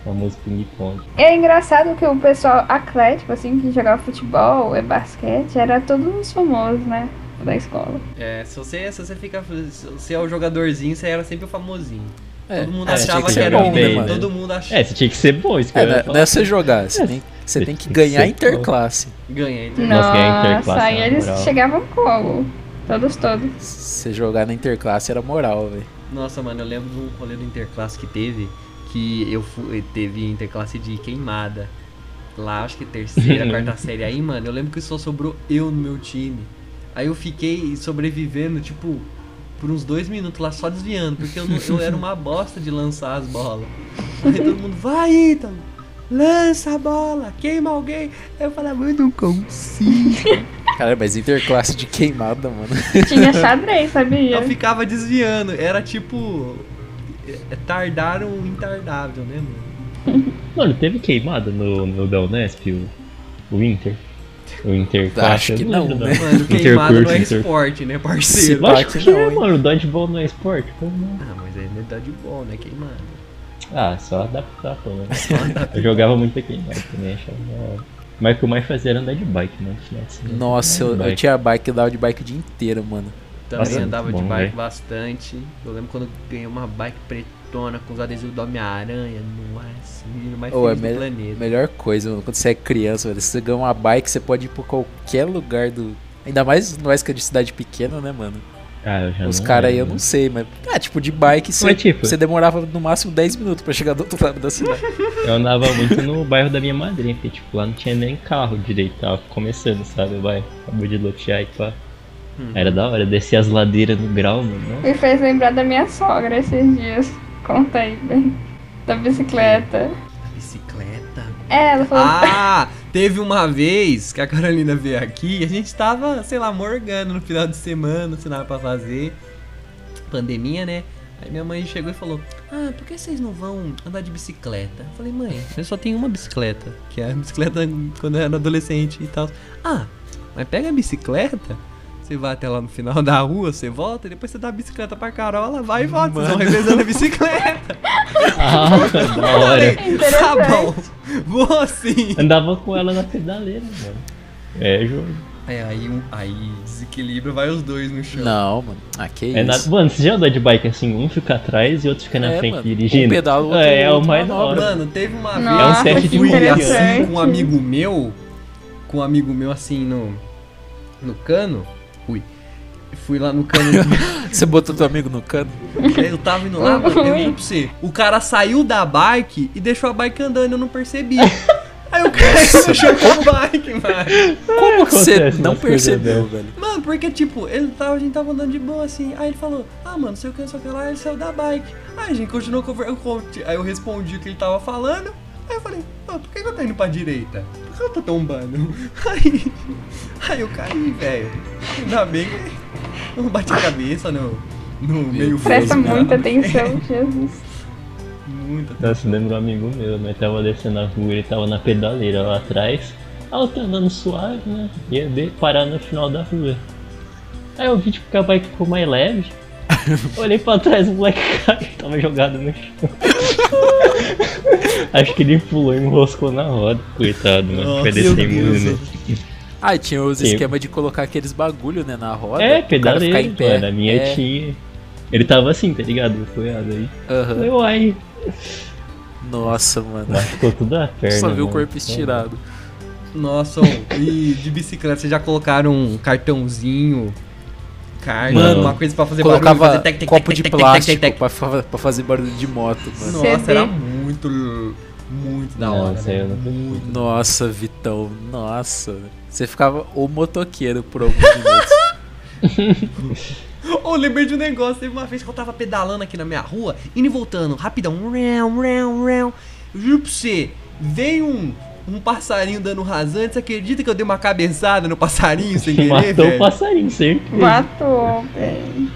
Famoso ping-pong. É engraçado que o pessoal atlético, assim, que jogava futebol e basquete, era todos os famosos, né? Da escola. É, se você, se você fica. Se você é o jogadorzinho, você era sempre o famosinho. É. Todo mundo Ah, tinha achava que que, ser era bom, o bem, né, mano? todo mundo achava. É, você tinha que ser bom, isso que É, eu ia não, falar. não é você jogar, você tem, você tem que ganhar interclasse. Ganha, então. Nossa, que é Nossa, interclasse, aí na eles moral. chegavam como? Todos, todos. Você jogar na interclasse era moral, velho. Nossa, mano, eu lembro de um rolê do Interclasse que teve, que eu fui, teve Interclasse de queimada. Lá, acho que terceira, quarta série. Aí, mano, eu lembro que só sobrou eu no meu time. Aí eu fiquei sobrevivendo, tipo, por uns dois minutos lá só desviando, porque eu, não- eu era uma bosta de lançar as bolas. Aí todo mundo, vai, Ítalo, lança a bola, queima alguém. Aí eu falava, eu não consigo. Cara, mas interclasse de queimada, mano. Tinha xadrez, sabia? Eu ficava desviando, era tipo. é- Tardar o intardável, né, mano? Mano, teve queimada no, no da Unesp, o, o Inter. O Inter Acho que não, né? Mano, queimada não é Intercurso, esporte, né, Se parceiro? ba- Lógico que Não, é, hein? mano. O dodgeball não é esporte. pô, não. Ah, mas é verdade bom, né, queimada. Ah, só adaptar, pô. Né? Eu jogava muito queimada também, né? achava da hora. Mas o que eu mais fazia era andar de bike, né? no final de semana. Nossa, eu, eu Bike. tinha bike, eu dava de bike o dia inteiro, mano. Também Nossa, andava muito de bom, bike velho. bastante. Eu lembro quando eu ganhei uma bike pretona com os adesivos do Homem-Aranha. Nossa, o menino mais Ou é feliz do me- planeta. Melhor coisa, mano, quando você é criança, velho, você ganha uma bike, você pode ir pra qualquer lugar do. Ainda mais nós que é de cidade pequena, né, mano? Ah, eu já Os não caras aí eu lembro. não sei, mas. Ah, tipo, de bike você, Mas, tipo- você demorava no máximo 10 minutos pra chegar do outro lado da cidade. Eu andava muito no bairro da minha madrinha, porque tipo, lá não tinha nem carro direito, tava começando, sabe? Vai, acabou de lotear e pá. Uhum. Hum. Era da hora, descer as ladeiras no grau, mano. Me fez lembrar da minha sogra esses dias. Conta aí, bem. Da bicicleta. A bicicleta. É, ela falou. Ah, teve uma vez que a Carolina veio aqui e a gente tava, sei lá, morgando no final de semana, não sei nada pra fazer. Pandemia, né? Aí minha mãe chegou e falou: Ah, por que vocês não vão andar de bicicleta? Eu falei, mãe, eu só tenho uma bicicleta, que é a bicicleta quando eu era adolescente e tal. Ah, mas pega a bicicleta, você vai até lá no final da rua, você volta, e depois você dá a bicicleta pra Carol, ela vai e volta. Vocês vão revezando a bicicleta. Ah, da Eu hora. falei, Tá bom, vou sim. Andava com ela na pedaleira, mano. É jogo. É, aí, um- aí desequilibra, vai os dois no chão. Não, mano. Ah, que É nada. isso. Mano, você já andou de bike assim, um fica atrás e outro fica na É, frente mano. dirigindo? Um pedala, o outro- é, é o outro mais da manobra. hora. Mano, teve uma vez Nossa, É um set que de eu fui interessante. assim com um amigo meu, com um amigo meu assim no no cano. Ui. Fui lá no cano. Você botou teu amigo no cano? eu tava indo lá, mano, eu juro pra você. O cara saiu da bike e deixou a bike andando, eu não percebi. Aí o cara deixou com a bike, mano. Como que você acontece não umas coisas percebeu, dessas. velho? Mano, porque tipo, ele tava, a gente tava andando de boa assim. Aí ele falou, ah, mano, sei o que, não sei o que lá, ele saiu da bike. Aí a gente continuou conversando. Aí eu respondi o que ele tava falando. Aí eu falei, ah, por que que eu tô indo pra direita? Por que eu tô tombando? Aí, aí eu caí, velho. Ainda bem que eu não bati a cabeça no, no meio Presta fio, né? muita atenção, Jesus. Muita atenção. Nossa, lembro um amigo meu, mas tava descendo a rua, ele tava na pedaleira lá atrás. Ah, eu tá andando suave, né? Ia de- parar no final da rua. Aí eu vi tipo que a bike ficou mais leve. Olhei pra trás, o moleque caiu, tava jogado no chão. Acho que ele pulou e enroscou na roda, coitado, mano. Nossa, Vai descer meu muito, né? Deus. Ah, e tinha os Sim. esquemas de colocar aqueles bagulho, né, na roda. É, pro cara pedaleira, ficar em pé. mano. A minha é, tinha. Ele tava assim, tá ligado? Foi aí. aham. Falei, uai. Nossa, mano. Mas ficou tudo a perna. Só viu o mano. corpo Então, estirado. Nossa, ô, e de bicicleta, vocês já colocaram um cartãozinho, carne, Mano, alguma coisa pra fazer barulho, Colocava fazer tec, tec, copo tec, de tec, tec, tec, tec, plástico pra, fa- pra fazer barulho de moto, mano. Nossa, CD. era muito, muito da Não, hora, isso aí né? eu não fiz. Muito. Nossa, Vitão, nossa. Você ficava o motoqueiro por alguns minutos. Oh, lembrei de um negócio, teve uma vez que eu tava pedalando aqui na minha rua, indo e voltando, rapidão, um rão, rão, rão. Eu juro pra você, veio um, um passarinho dando rasante, você acredita que eu dei uma cabeçada no passarinho sem querer, Matou velho? o passarinho, certeza. Matou, É. velho.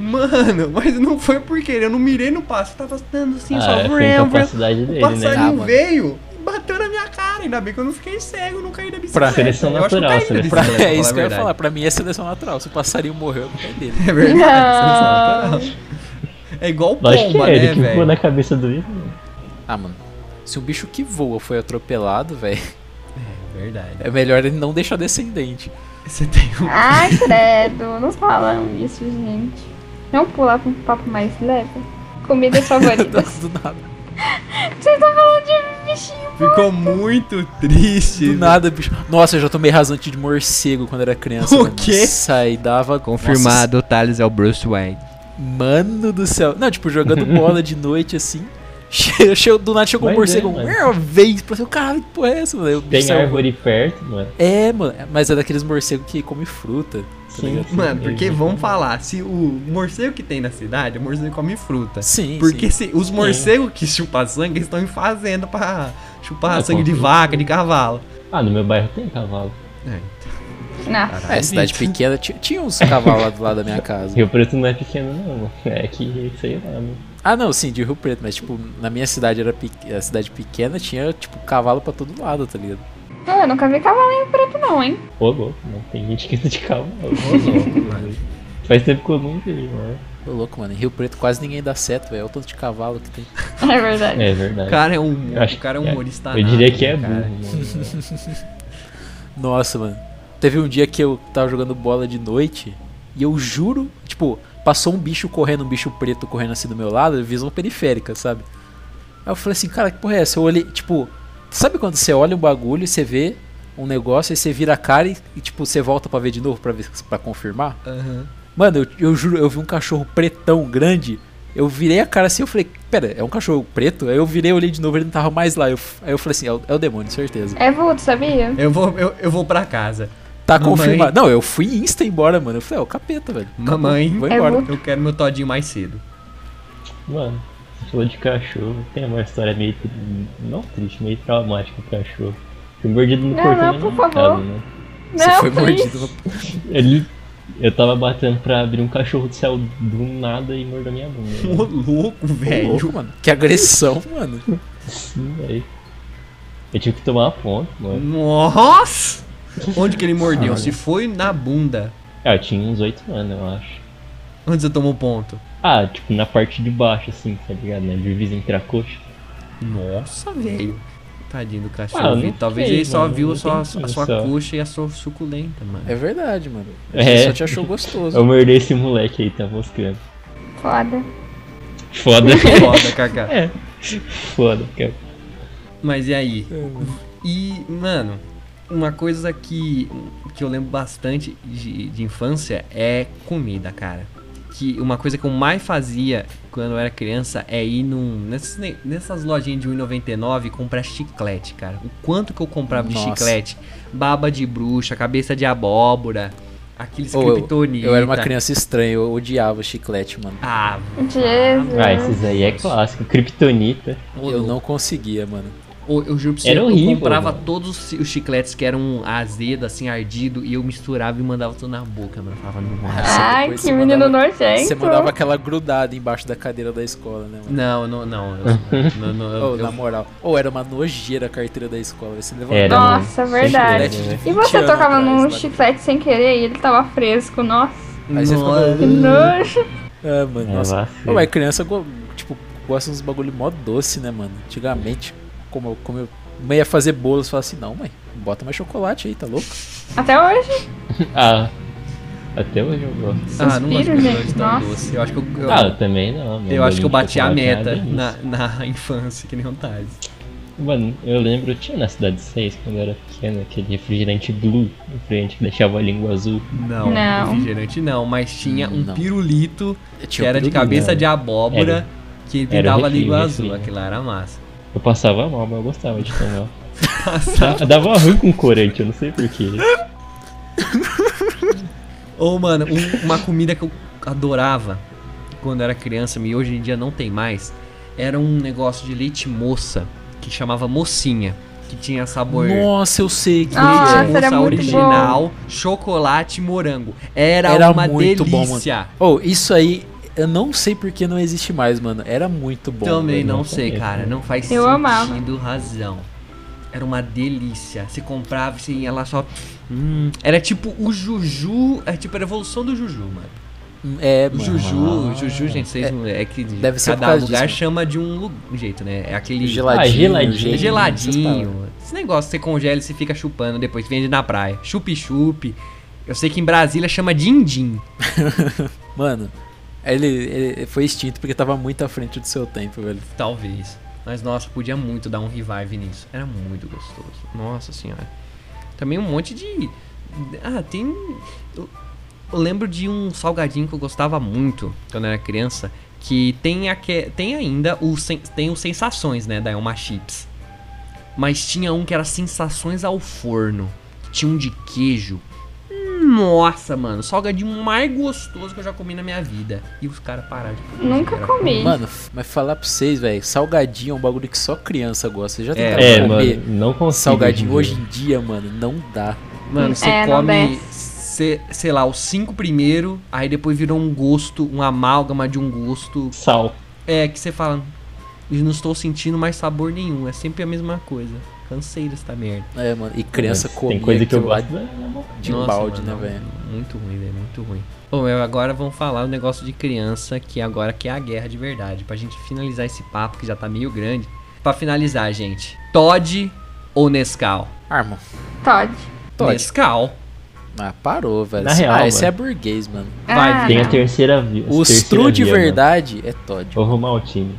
Mano, mas não foi por querer, eu não mirei no passo, eu tava dando assim, só Ah, foi rão, rão. incapacidade O dele, né? Ah, passarinho mano. veio e bateu na minha cara. Ainda bem que eu não fiquei cego, não caí da bicicleta. Pra seleção Eu acho que eu natural, caí da seleção. Pra- bicicleta, é isso que pra eu ia falar a falar. verdade. Pra mim é seleção natural. Se o passarinho morreu, não tem dele. É verdade, Não. seleção natural. É igual Lógico que pomba, é, ele né, que ficou velho? na cabeça do Ivan. Ah, mano. Se um bicho que voa foi atropelado, velho, É verdade. é melhor ele não deixar descendente. Você tem um... Ai, credo, não falam isso, gente. Não pular pra um papo mais leve. Comidas favoritas. Do nada. Vocês estão falando de bichinho. Ficou muito triste. Do velho. nada, bicho. Nossa, eu já tomei rasante de morcego quando era criança. O mano. quê? Nossa, aí dava. Confirmado, o Thales é o Bruce Wayne. Nossa, mano do céu. Não, tipo, jogando bola de noite assim. Che- che- do nada chegou um Mas é, morcego. mano. É, vez. Pra caralho, que porra é essa, mano? Aí o bicho Tem saiu- árvore perto, mano. tá É, mano. Mas é daqueles morcegos que come fruta. Sim, sim, Mano, porque ele- vamos falar, se o morcego que tem na cidade, o morcego come fruta. Sim. É, Porque sim. se, os morcegos que chupam sangue eles estão em fazenda pra chupar É, sangue de com- vaca, de cavalo. Ah, no meu bairro tem cavalo. Nossa, É, cidade pequena. ti- Tinha uns cavalos lá do lado da minha casa. Rio Preto não é pequeno, não, mano. É que, sei lá, mano. Ah, não, sim, de Rio Preto, mas tipo, na minha cidade era pe- a cidade pequena, tinha tipo cavalo pra todo lado, tá ligado? Ah, eu nunca vi cavalinho preto, não, hein? Ô, louco, mano. Tem gente que anda de cavalo. Ô, louco, mano. Faz tempo que eu não vi, mano. Ô, louco, mano, em Rio Preto quase ninguém dá certo, velho, olha o tanto de cavalo que tem. É verdade. É O verdade. cara é um, Eu acho o cara é um que é. humorista. eu diria que é nato, burro, né, cara? mano. Nossa, mano, teve um dia que eu tava jogando bola de noite e eu juro, tipo, passou um bicho correndo, um bicho preto correndo assim do meu lado, visão periférica, sabe? Aí eu falei assim, cara, que porra é essa? Eu olhei, tipo, sabe quando você olha um bagulho e você vê um negócio, aí você vira a cara e, e, tipo, você volta pra ver de novo, pra, ver, pra confirmar? Aham. Mano, eu, eu juro, eu vi um cachorro pretão grande. Eu virei a cara assim, eu falei, pera, é um cachorro preto? Aí eu virei, olhei de novo, ele não tava mais lá. Eu, f- aí eu falei assim, é o, é o demônio, certeza. É vulto, sabia? Eu, vou, eu, eu vou pra casa. Tá Mamãe. confirmado. Não, eu fui insta embora, mano. Eu falei, é o capeta, velho. Acabou, Mamãe. Vou É embora. muito- Eu quero meu todinho mais cedo. Mano, você falou de cachorro. Tem uma história meio. tri- Não triste, meio traumática com cachorro. um Fui mordido no Não, portão não, da por minha favor. casa, né? Você não, foi please. mordido. Ele. Eu tava batendo pra abrir um cachorro do céu do nada e mordeu minha Ô, bunda. louco, Ô, velho. louco, mano. Que agressão, mano. Sim, velho. Assim, Eu tive que tomar a ponta, mano. Nossa! Onde que ele mordeu? Se foi na bunda. Ah, eu tinha uns 8 anos, eu acho. Onde você tomou ponto? Ah, tipo, na parte de baixo, assim, tá ligado? Na divisa entre a coxa. Nossa, velho. Tadinho do Ah, cachorro. eu não velho. Talvez sei, ele só mano, viu não a sua, tem a sua noção. coxa e a sua suculenta, mano. É verdade, mano. É. Você só te achou gostoso. Eu mordei esse moleque aí, tá moscando. Foda. Foda, Foda, Kaká. foda, cara. Mas e aí? E, mano, uma coisa que, que eu lembro bastante de, de infância é comida, cara. Que uma coisa que eu mais fazia quando eu era criança é ir num, nessas, ne- nessas lojinhas de 1,99 e comprar chiclete, cara. O quanto que eu comprava de Nossa. chiclete? Baba de bruxa, cabeça de abóbora, aqueles Ô, eu- criptonita. Eu era uma criança estranha, eu odiava chiclete, mano. Ah, Jesus. Ah, esses aí é clássico. Kryptonita. ô, Eu não conseguia, mano. Eu, eu juro pra você, Era eu horrível, comprava mano. todos os chi- os chicletes que eram azedo, assim, ardido, e eu misturava e mandava tudo na boca, mano. Eu falava, nossa. Ai, depois que você menino mandava- nojento. Você mandava aquela grudada embaixo da cadeira da escola, né, mano? Não, não, não. eu- não, não, eu- eu- Ô, na moral. Ou era uma nojeira a carteira da escola. Você levantava Era, um mano. Nossa, verdade. né? chiclete de 20 E você né? anos tocava atrás, né? num mano. chiclete sem querer e ele tava fresco, nossa. Aí você ficava- Nossa. Que nojo. Ah, mano, É, nossa. vacilo. Ô, mas criança, go- tipo, gosta uns bagulho mó doce, né, mano? Antigamente, como eu, como eu mãe ia fazer bolos, falava assim, não, mãe, bota mais chocolate aí, tá louco? Até hoje. Ah, até hoje eu gosto. Ah, não gosto de Suspiro, biscoito gente, tão nossa. doce. Eu acho que eu, eu- Ah, eu também não. mano. eu acho que eu Bolinho de bati a chocolate é uma meta delícia. na, na infância, que nem o Taz. Mano, eu lembro, tinha na Cidade 6, quando eu era pequeno, aquele refrigerante blue, refrigerante que deixava a língua azul. Não, Não. refrigerante não, mas tinha um Não. pirulito que Tinha era de pirulito. cabeça de abóbora que ele Era dava refri, língua refri, azul. né? Aquilo lá era massa. Eu passava mal, mas eu gostava de tomar. Dava- Dava ruim com corante, eu não sei porquê. Ou, mano, um- uma comida que eu adorava quando era criança e hoje em dia não tem mais era um negócio de leite moça que chamava mocinha, que tinha sabor. Nossa, eu sei que é." Nossa, leite era moça muito original, chocolate e morango. Era, Era uma muito bom, delícia. Ô, isso aí, eu não sei porque não existe mais, mano. Era muito bom. Também velho. não não sei, conheço, cara. né? Não faz Eu sentido amava. razão. Era uma delícia. Você comprava assim, ela só. Hum, era tipo o Juju. É tipo a evolução do Juju, mano. É, O mano. Juju, o Juju, gente, vocês não. É que deve ser por cada causa lugar disso, né? chama de um lu- jeito, né? É aquele. Geladinho, Ah, geladinho. É gente, essas paradas. geladinho. Esse negócio que você congela e você fica chupando depois, vende na praia. Chup-chup. Eu sei que em Brasília chama din-din. Mano, ele, ele foi extinto porque tava muito à frente do seu tempo, velho. Talvez. Mas nossa, podia muito dar um revive nisso. Era muito gostoso. Nossa senhora. Também um monte de. Ah, tem. Eu, eu lembro de um salgadinho que eu gostava muito quando era criança. Que tem, aque... tem ainda o sen... tem o Sensações, né? Da Elma Chips. Mas tinha um que era Sensações ao Forno. Tinha um de queijo. Nossa, mano. Salgadinho mais gostoso que eu já comi na minha vida. E os caras pararam de comer. Nunca Era- comi. Mano, f- mas falar pra vocês, velho, salgadinho é um bagulho que só criança gosta. Vocês já É, tentaram É, comer mano, não consigo. salgadinho hoje em em dia, mano? Não dá. Mano, Hum, você é, não come, desce. cê- sei lá, os cinco primeiro, aí depois virou um gosto, uma amálgama de um gosto. dia. Sal. É, que você fala, "Eu não estou sentindo mais sabor nenhum, é sempre a mesma coisa. Cansei dessa merda. É, mano. E criança Mas comia Tem coisa que eu aquilo lá gosto. né? de Nossa, balde, mano, né, velho? Muito ruim, velho, muito ruim. Bom, eu agora vamos falar do negócio de criança, que agora que é a guerra de verdade. Pra gente finalizar esse papo, que já tá meio grande. Pra finalizar, gente, Todd ou Nescau? Ah, irmão. Todd. Todd. Nescau. Ah, parou, velho. Na ah, real, esse mano. é burguês, mano. Vai, Ah, Tem a não. é terceira via. Os terceira true de via, mano. verdade é Todd. Vou arrumar o time.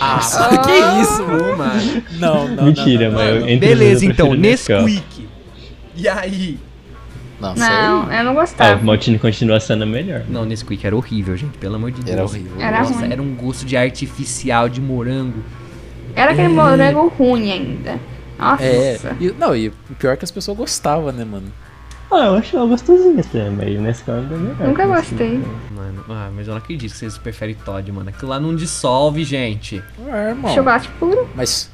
Ah, que isso, mano? mano. Não, não, não. Mentira, não, mas eu- não, entre os dois Beleza, eu então, prefiro Nescau. Nesquik. E aí? Não, Não, eu não Ah, gostava. o Maltini continua sendo melhor. Não, Nesquik era horrível, gente, pelo amor de Deus. Era horrível. Era Nossa, ruim. era um gosto de artificial, de morango. Era aquele morango ruim ainda. Nossa. É, e, não, e o pior é que as pessoas gostavam, né, mano? Ah, eu achava gostosinho até, mas nesse caso ainda é melhor. Nunca gostei. Mano, ah, mas eu não acredito que vocês preferem Todd, mano. Aquilo lá não dissolve, gente. É, irmão. Chocolate puro. Mas,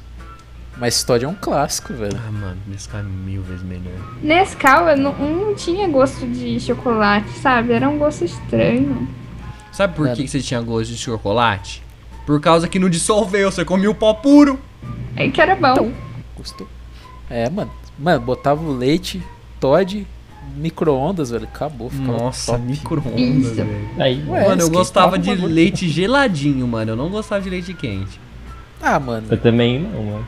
mas Todd é um clássico, velho. Ah, mano, Nescau é mil vezes melhor. Nescau eu não, um não tinha gosto de chocolate, sabe? Era um gosto estranho. Sabe por Mano. que que você tinha gosto de chocolate? Por causa que não dissolveu, você comia o pó puro. É que era bom. Então. Gostou? É, mano. Mano, botava o leite, Todd, micro-ondas, velho. Acabou, ficava Nossa, top. micro-ondas, Isso. velho. Aí, Mano, Ué, eu esquentava gostava o de bagulho. leite geladinho, mano. Eu não gostava de leite quente. Ah, mano. eu também não, mano.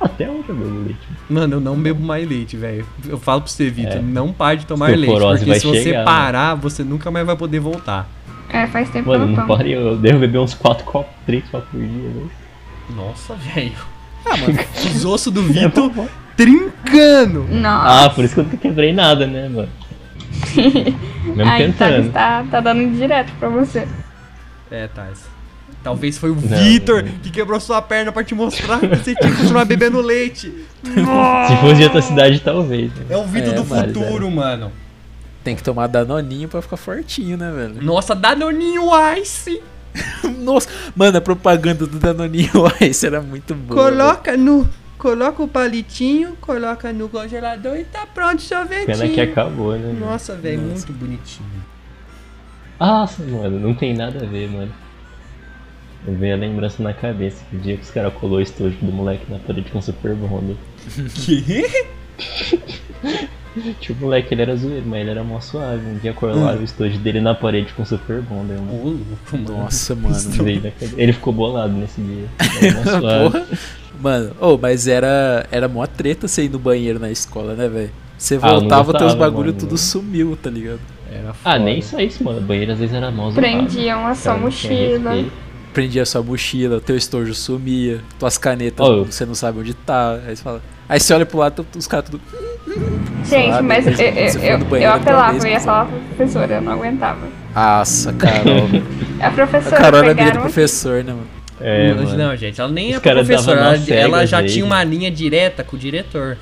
Até hoje eu bebo leite. Mano, eu não bebo mais leite, velho. Eu falo pra você, Vitor, É. não pare de tomar leite. Osteoporose Porque vai se você chegar, né? parar, você nunca mais vai poder voltar. É, faz tempo que eu Mano, não não tomo. pare, eu devo beber uns 4 copos, 3 copos por dia, né? Nossa, velho. Ah, mano. Os ossos do Vitor trincando. Nossa. Ah, por isso que eu nunca quebrei nada, né, mano? Mesmo Aí, Thales, tentando. tá, tá dando direto pra você. É, Thais. Talvez foi o Não, Vitor não. que quebrou sua perna pra te mostrar que você tinha que continuar bebendo leite. Se fosse de outra cidade, talvez. né? É o Vitor É, do mas futuro, mano. Tem que tomar danoninho pra ficar fortinho, né, velho? Nossa, Danoninho Ice. Nossa, mano, a propaganda do danoninho Ice era muito boa. velho. Coloca no coloca o palitinho, coloca no congelador e tá pronto o sorvetinho. Pena que acabou, né? mano? Nossa, velho, muito bonitinho. Nossa, mano, não tem nada a ver, mano. Veio a lembrança na cabeça do dia que os caras colou o estojo do moleque na parede com Super Bonder. Que? Tipo, o moleque ele era zoeiro, mas ele era mó suave. Um dia colaram o estojo dele na parede com Super Bonder, mano. Ô, louco, mano. Nossa, mano. Veio na cabeça. Ele ficou bolado nesse dia. Era mó suave. Porra. Mano, ô, mas era, era mó treta você ir no banheiro na escola, né, velho? Você Ah, eu não voltava, teus gostava, bagulho mano. tudo sumiu, tá ligado? Era Ah, foda. nem só isso, mano. O banheiro às vezes era mó zoado. um Prendiam a sua Cara, é não tinha mochila. respeito. Prendia sua mochila, teu estojo sumia, tuas canetas, Ô. você não sabe onde tá. Aí você fala. Aí você olha pro lado, os caras tudo. Gente, Sabe? mas eu, Você eu, foi no eu, eu banheiro apelava, uma eu vez, ia falar pra professora, eu não aguentava. Nossa, Carol. velho. A a professora Carol era amiga do pegaram professor, né, mano? É, não, mano. gente, ela nem Os é pra cara dava professora, na ela, cega, ela já gente. tinha uma linha direta com o diretor.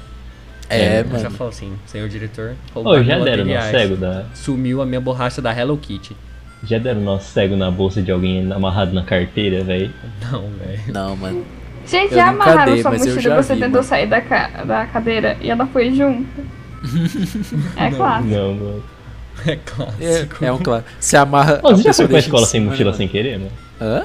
É, Ela já mano. falou assim, senhor diretor, Ô, roubaram já meus deram nosso materiais. cego da. Sumiu a minha borracha da Hello Kitty. Já deram nosso cego na bolsa de alguém amarrado na carteira, velho. Não, velho. Não, mano. um- Gente, Eu já nunca amarraram dei, sua mas eu mochila já e você vi, tentou mano. sair da, ca- da cadeira e ela foi junto. É clássico. Não, mano. É clássico. É, é um claro. Você Tá, amarra. Ô, a você já pessoa foi pra deixa em escola sem cima, né, mochila mano? assim? sem querer, mano? Hã?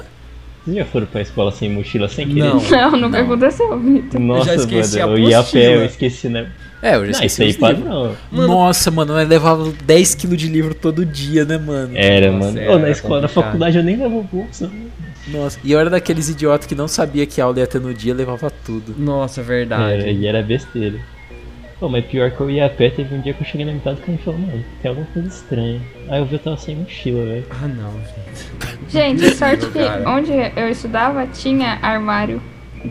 Vocês já foram pra escola sem mochila sem querer? Não. Não, nunca aconteceu, Vitor. Nossa, Eu já esqueci mano, a eu ia a pé, eu apostila. esqueci, né? É, eu já Não, esqueci. isso aí os livros. padrão. Mano- Nossa, mano, nós levava 10kg de livro todo dia, né, mano? Era, Nossa, mano. era Ô, na escola, na complicado. faculdade eu nem levo bolsa. Nossa. E eu era daqueles idiotas que não sabia que aula ia ter no dia, levava tudo. Nossa, é Era, verdade. e era besteira. Pô, mas pior que eu ia a pé, teve um dia que eu cheguei na metade do caminho e falei, mano, tem alguma coisa estranha. Aí eu vi eu tava sem mochila, velho. Ah, não, gente. Gente, sorte que Cara. onde eu estudava tinha armário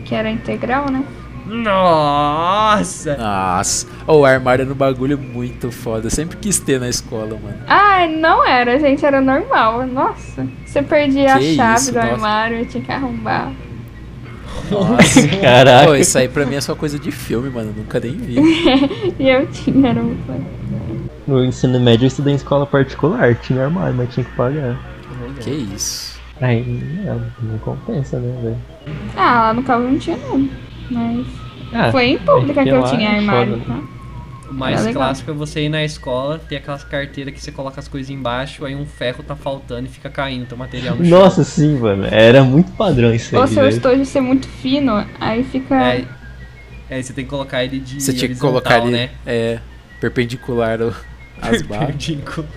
que era integral, né? Nossa! Nossa. Ô, o armário era um bagulho muito foda. Sempre quis ter na escola, mano. Ah, não era, gente, era normal. Nossa, você perdia Que a chave isso, do nossa. armário e tinha que arrombar. Nossa. Caraca. Pô, isso aí pra mim é só coisa de filme, mano. Eu nunca nem vi. E eu tinha, era muito legal. No ensino médio eu estudei em escola particular, tinha armário, mas tinha que pagar. que isso. Aí, não, não compensa, né, velho? Ah, lá no cabo não tinha não. Mas Ah, foi em pública que sei eu lá, tinha é armário, foda, tá? O mais Era legal. clássico é você ir na escola, ter aquelas carteiras que você coloca as coisas embaixo, aí um ferro tá faltando e fica caindo teu material no chão. Nossa, sim, mano. Era muito padrão isso Ou aí, se o velho. estojo ser muito fino, aí fica. Aí, aí É, você tem que colocar ele de Você tinha que horizontal, colocar ali, né? é, perpendicular ao- às barras. Perpendicular.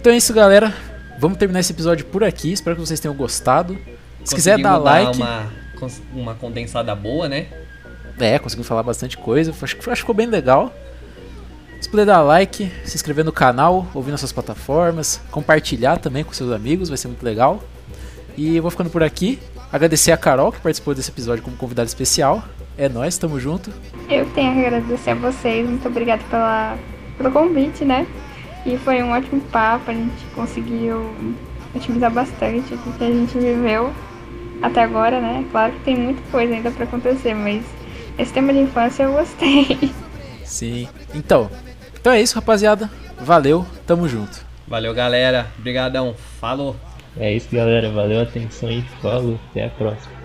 Então é isso, galera. Vamos terminar esse episódio por aqui. Espero que vocês tenham gostado. Se quiser dar Conseguimos like, Uma, cons- uma condensada boa, né? É, conseguimos falar bastante coisa. Acho, que- acho que ficou bem legal. Se puder dar like, se inscrever no canal, ouvir nossas plataformas, compartilhar também com seus amigos, vai ser muito legal. E eu vou ficando por aqui. Agradecer a Carol que participou desse episódio como convidada especial. É nóis, tamo junto. Eu tenho que agradecer a vocês, muito obrigada pela, pelo convite, né? E foi um ótimo papo, a gente conseguiu otimizar bastante o que a gente viveu até agora, né? Claro que tem muita coisa ainda pra acontecer, mas esse tema de infância eu gostei. Sim. Então, então é isso, rapaziada. Valeu, tamo junto. Valeu, galera. Obrigadão. Falou. É isso, galera. Valeu a atenção e falou. Até a próxima.